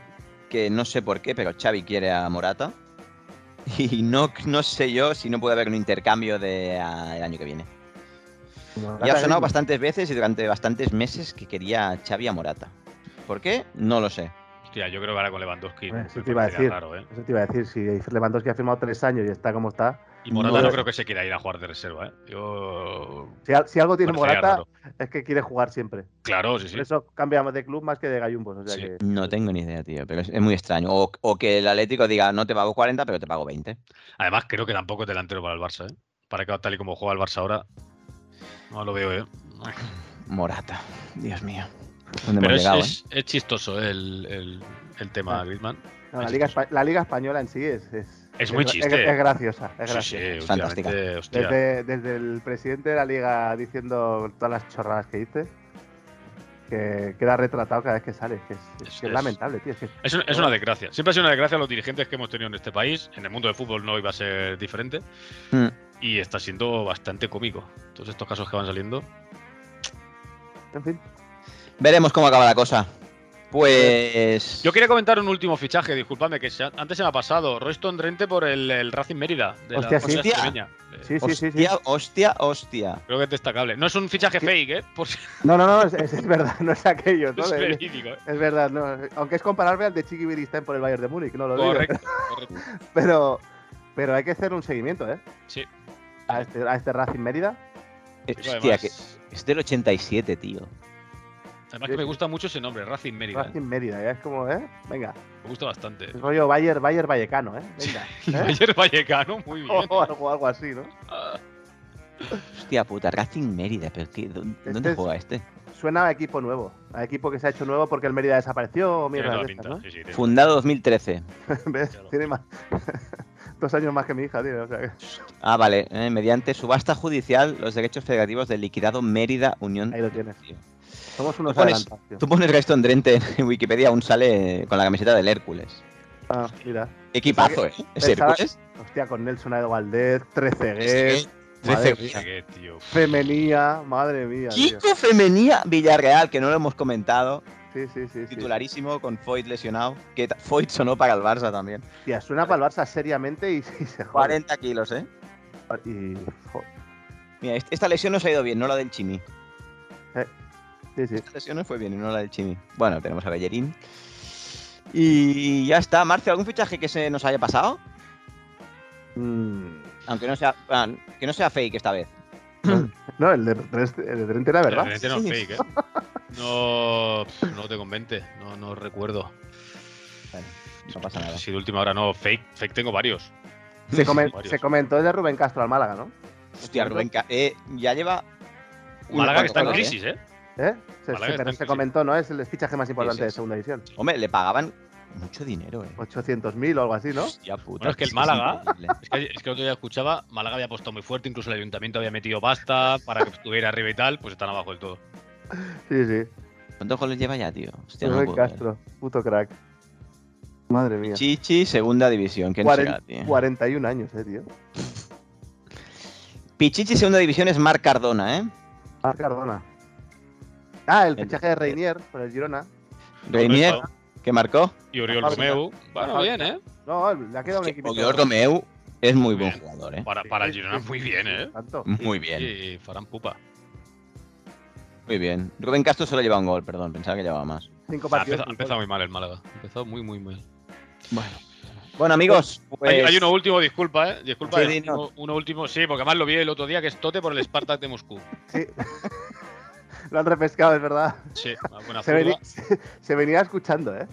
Speaker 2: que no sé por qué, pero Xavi quiere a Morata. [laughs] Y no, no sé yo si no puede haber un intercambio de, a- el año que viene. Y ha sonado bastantes veces y durante bastantes meses que quería a Xavi a Morata. ¿Por qué? No lo sé.
Speaker 3: Hostia, yo creo que ahora con Lewandowski.
Speaker 4: Eh, eso
Speaker 3: me
Speaker 4: te iba a
Speaker 3: parecería
Speaker 4: decir.
Speaker 3: raro, ¿eh?
Speaker 4: Eso te iba a decir, si Lewandowski ha firmado tres años y está como está.
Speaker 3: Y Morata
Speaker 4: No,
Speaker 3: no
Speaker 4: es-
Speaker 3: creo que se quiera ir a jugar de reserva, ¿eh? Yo...
Speaker 4: Si, al- si algo tiene
Speaker 3: parecería
Speaker 4: Morata,
Speaker 3: raro.
Speaker 4: es que quiere jugar siempre.
Speaker 3: Claro, sí, sí.
Speaker 4: Por eso cambiamos de club más que de gallumbos. O sea
Speaker 3: Sí.
Speaker 4: que,
Speaker 2: No tengo ni idea, tío, pero es, es muy extraño. O, o que el Atlético diga, no te pago 40, pero te pago 20.
Speaker 3: Además, creo que tampoco es delantero para el Barça, ¿eh? Para que tal y como juega el Barça ahora, no lo veo, ¿eh?
Speaker 2: Morata, Dios mío. ¿Dónde
Speaker 3: Pero
Speaker 2: hemos
Speaker 3: es,
Speaker 2: llegado? eh?
Speaker 3: es- es chistoso ¿eh? el, el- el tema
Speaker 4: Ah.
Speaker 3: Griezmann.
Speaker 4: no, la, Liga Espa- la Liga Española en sí es. Es,
Speaker 3: Es muy chiste.
Speaker 4: Es, graciosa.
Speaker 3: Sí,
Speaker 4: Es
Speaker 3: sí,
Speaker 4: graciosa.
Speaker 3: últimamente,
Speaker 2: Fantástica.
Speaker 3: hostia.
Speaker 4: Desde, desde el presidente de la Liga diciendo todas las chorradas que dice, que queda retratado cada vez que sale. Que es,
Speaker 3: Es-
Speaker 4: es que es
Speaker 3: es-
Speaker 4: lamentable, tío. Es que
Speaker 3: Es, un- es una desgracia. Siempre ha sido una desgracia los dirigentes que hemos tenido en este país. En el mundo del fútbol no iba a ser diferente.
Speaker 2: Mm.
Speaker 3: Y está siendo bastante cómico. Todos estos casos que van saliendo.
Speaker 4: En fin,
Speaker 2: eh? Veremos cómo acaba la cosa. Pues...
Speaker 3: Yo quería comentar un último fichaje, disculpadme, que se ha- antes se me ha pasado. Royston Drente por el, el Racing Mérida. De la
Speaker 4: Hostia, sí.
Speaker 3: Concha
Speaker 2: Hostia.
Speaker 3: Extremeña. Eh,
Speaker 4: sí, sí, sí. sí.
Speaker 2: Hostia, hostia, hostia.
Speaker 3: Creo que es destacable. No es un fichaje
Speaker 4: Sí.
Speaker 3: fake, ¿eh? Por si
Speaker 4: No, no, no, es, es- es verdad, no es aquello. ¿no?
Speaker 3: [laughs] es
Speaker 4: Es,
Speaker 3: verídico, ¿eh?
Speaker 4: es verdad, no. aunque es comparable al de Chiqui Biristán por el Bayern de Múnich, no lo digo.
Speaker 3: Correcto, correcto.
Speaker 4: Pero, pero hay que hacer un seguimiento, ¿eh?
Speaker 3: Sí.
Speaker 4: A este, a este Racing Mérida.
Speaker 3: Pero
Speaker 2: Hostia,
Speaker 3: además,
Speaker 2: que es del 87, tío.
Speaker 3: además que me gusta mucho ese nombre, Racing Mérida. ¿eh?
Speaker 4: Racing ¿Eh? Mérida, ya es como, ¿eh? Venga,
Speaker 3: Me gusta bastante. [laughs]
Speaker 4: es rollo Bayern, Bayern Vallecano, ¿eh? Venga. ¿eh?
Speaker 3: Ayer Vallecano, muy bien.
Speaker 4: [laughs] O algo, algo así, ¿no?
Speaker 2: Hostia puta, Racing Mérida, pero tío, ¿dó- ¿dónde,
Speaker 4: Este es-
Speaker 2: juega este?
Speaker 4: Suena a equipo nuevo, a equipo que se ha hecho nuevo porque el Mérida desapareció o
Speaker 3: Tiene
Speaker 4: mierda.
Speaker 3: toda
Speaker 4: de
Speaker 3: pinta.
Speaker 4: estas,
Speaker 3: sí, sí, tiene- [laughs]
Speaker 2: Fundado 2013.
Speaker 4: ¿no? ¿Ves?
Speaker 3: Claro.
Speaker 4: Tiene más. [laughs] dos años más que mi hija, tío. O sea que...
Speaker 2: Ah, vale. eh, mediante subasta judicial, los derechos federativos del liquidado Mérida Unión.
Speaker 4: Ahí lo tienes.
Speaker 2: Tío.
Speaker 4: Somos unos
Speaker 2: Tú pones-
Speaker 4: adelantados, tío.
Speaker 2: Tú pones Gaston Drente en Wikipedia, aún sale con la camiseta del Hércules.
Speaker 4: Ah, mira.
Speaker 2: Qué Equipazo, ¿eh? ¿Es
Speaker 4: pensaba-
Speaker 2: Hércules?
Speaker 4: Hostia, con Nelson Aedo Valdés,
Speaker 2: Es
Speaker 4: 13G,
Speaker 2: que-
Speaker 4: madre
Speaker 2: Trece-
Speaker 3: Qué tío.
Speaker 4: Femenía, madre mía. tío.
Speaker 2: Kiko Femenía Villarreal, que no lo hemos comentado.
Speaker 4: Sí, sí, sí. sí.
Speaker 2: Titularísimo con Foyt lesionado. Que ta- Foyt sonó para el Barça también.
Speaker 4: Hostia, suena para el Barça seriamente y, [laughs] y se jode.
Speaker 2: 40 kilos, ¿eh?
Speaker 4: Y, jo-
Speaker 2: Mira, est- esta lesión nos ha ido bien, no la del Chimi.
Speaker 4: sí, sí.
Speaker 2: Esta lesión nos fue bien y no la del Chimi. Bueno, tenemos a Bellerín. Y ya está. Marcio, ¿algún fichaje que se nos haya pasado?
Speaker 4: Mm.
Speaker 2: Aunque no sea, ah, que no sea fake esta vez.
Speaker 4: No, el de, Trent- el de Trent era verdad.
Speaker 3: Realmente no es
Speaker 2: Sí.
Speaker 3: fake, ¿eh? No, pf, no te convence, no, no recuerdo.
Speaker 2: Bueno, no pasa nada.
Speaker 3: Si de última hora no, fake, fake tengo varios.
Speaker 4: Se, comen-
Speaker 3: Varios.
Speaker 4: se comentó el de Rubén Castro al Málaga, ¿no?
Speaker 2: Hostia, Rubén, Ca- eh, ya lleva. unos
Speaker 3: Málaga que está en
Speaker 2: cuantos, ¿eh?
Speaker 3: crisis, ¿eh?
Speaker 4: ¿Eh?
Speaker 3: Málaga está
Speaker 4: Se, se- pero
Speaker 3: en
Speaker 4: se
Speaker 3: crisis.
Speaker 4: comentó, ¿no? Es el fichaje más importante
Speaker 2: sí,
Speaker 4: de
Speaker 2: sí.
Speaker 4: segunda división.
Speaker 2: Hombre, le pagaban mucho dinero, eh.
Speaker 4: 800.000 o algo así, ¿no?
Speaker 2: Hostia puta.
Speaker 3: Bueno, es que el
Speaker 2: es
Speaker 3: Málaga-
Speaker 2: increíble.
Speaker 3: Es que, es que el otro día escuchaba, Málaga había apostado muy fuerte, incluso el ayuntamiento había metido pasta para que estuviera arriba y tal, pues están abajo del todo.
Speaker 4: Sí, sí.
Speaker 2: ¿Cuántos goles lleva ya, tío? Hostia, no lo
Speaker 4: Rubén
Speaker 2: puedo creer.
Speaker 4: Castro, puto crack. Madre mía.
Speaker 2: Chichi, segunda división. ¿Quién
Speaker 4: Cuaren-
Speaker 2: será, tío?
Speaker 4: 41 años, eh, tío.
Speaker 2: Pichichi, segunda división es Marc Cardona, ¿eh?
Speaker 4: Ah, Cardona. Ah, el
Speaker 2: El-
Speaker 4: fichaje de Reinier por el Girona.
Speaker 2: Reinier, que marcó.
Speaker 3: Y Oriol
Speaker 4: Fábrica.
Speaker 3: Romeu. Bueno,
Speaker 4: Fábrica.
Speaker 3: bien, ¿eh?
Speaker 4: No, le ha quedado un equipo.
Speaker 2: Oriol Romeu es muy buen jugador, ¿eh?
Speaker 3: Para, para el Girona muy bien, ¿eh?
Speaker 4: Tanto.
Speaker 2: Muy bien,
Speaker 3: Y Farán Pupa.
Speaker 2: muy bien. Rubén Castro solo lleva un gol, perdón, pensaba que llevaba más.
Speaker 4: Cinco
Speaker 3: Ha
Speaker 4: partidos.
Speaker 3: empezado, ha
Speaker 4: cinco
Speaker 3: empezado muy mal el Málaga. Ha empezado muy, muy mal.
Speaker 2: Bueno, bueno amigos, pues...
Speaker 3: Hay, hay uno último, disculpa, ¿eh? Disculpa,
Speaker 2: Sí,
Speaker 3: hay
Speaker 2: dinos.
Speaker 3: uno, uno último, sí, porque además lo vi el otro día, que es Tote por el Spartak de Moscú.
Speaker 4: goles. Lo han repescado, es verdad.
Speaker 3: Sí, una buena
Speaker 4: Se
Speaker 3: zurda.
Speaker 4: venía, se, [laughs] se venía escuchando, ¿eh?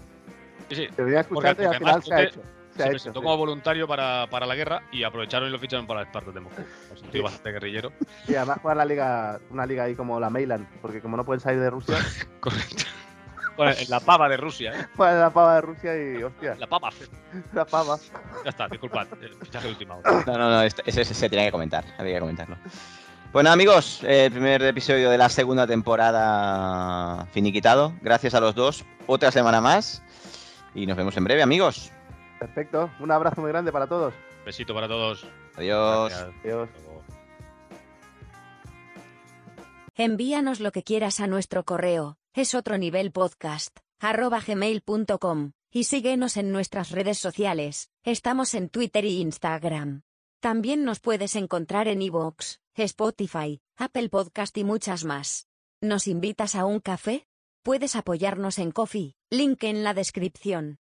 Speaker 3: Sí, sí,
Speaker 4: Se venía
Speaker 3: Porque-
Speaker 4: escuchando y al
Speaker 3: porque
Speaker 4: final
Speaker 3: además
Speaker 4: se ha
Speaker 3: Coque
Speaker 4: hecho. Se,
Speaker 3: se
Speaker 4: ha hecho.
Speaker 3: presentó como voluntario para, para la guerra y aprovecharon y lo ficharon para el Spartak de Moscú. Es un tío bastante guerrillero. [laughs]
Speaker 4: sí. Y además juega en la liga, una liga ahí como la Mailand, porque como no pueden salir de Rusia,
Speaker 3: Correcto. Bueno, en la pava de Rusia, ¿eh?
Speaker 4: juegan en la pava de Rusia y, hostia, [laughs]
Speaker 3: La pava.
Speaker 4: la pava.
Speaker 3: Ya está, disculpad. eh, Fichaje de última hora.
Speaker 2: No, no, no, esto- eso, eso se tenía que comentar, había que comentarlo. Bueno amigos, el primer episodio de la segunda temporada finiquitado. Gracias a los dos, otra semana más. Y nos vemos en breve, amigos.
Speaker 4: Perfecto. Un abrazo muy grande para todos.
Speaker 3: Besito para todos.
Speaker 2: Adiós.
Speaker 3: Gracias.
Speaker 4: Adiós.
Speaker 3: Hasta luego.
Speaker 1: Envíanos lo que quieras a nuestro correo, es otro nivel podcast, arroba gmail.com, y síguenos en nuestras redes sociales, estamos en Twitter y Instagram. También nos puedes encontrar en iVoox, Spotify, Apple Podcast y muchas más. ¿Nos invitas a un café? Puedes apoyarnos en Coffee, link en la descripción.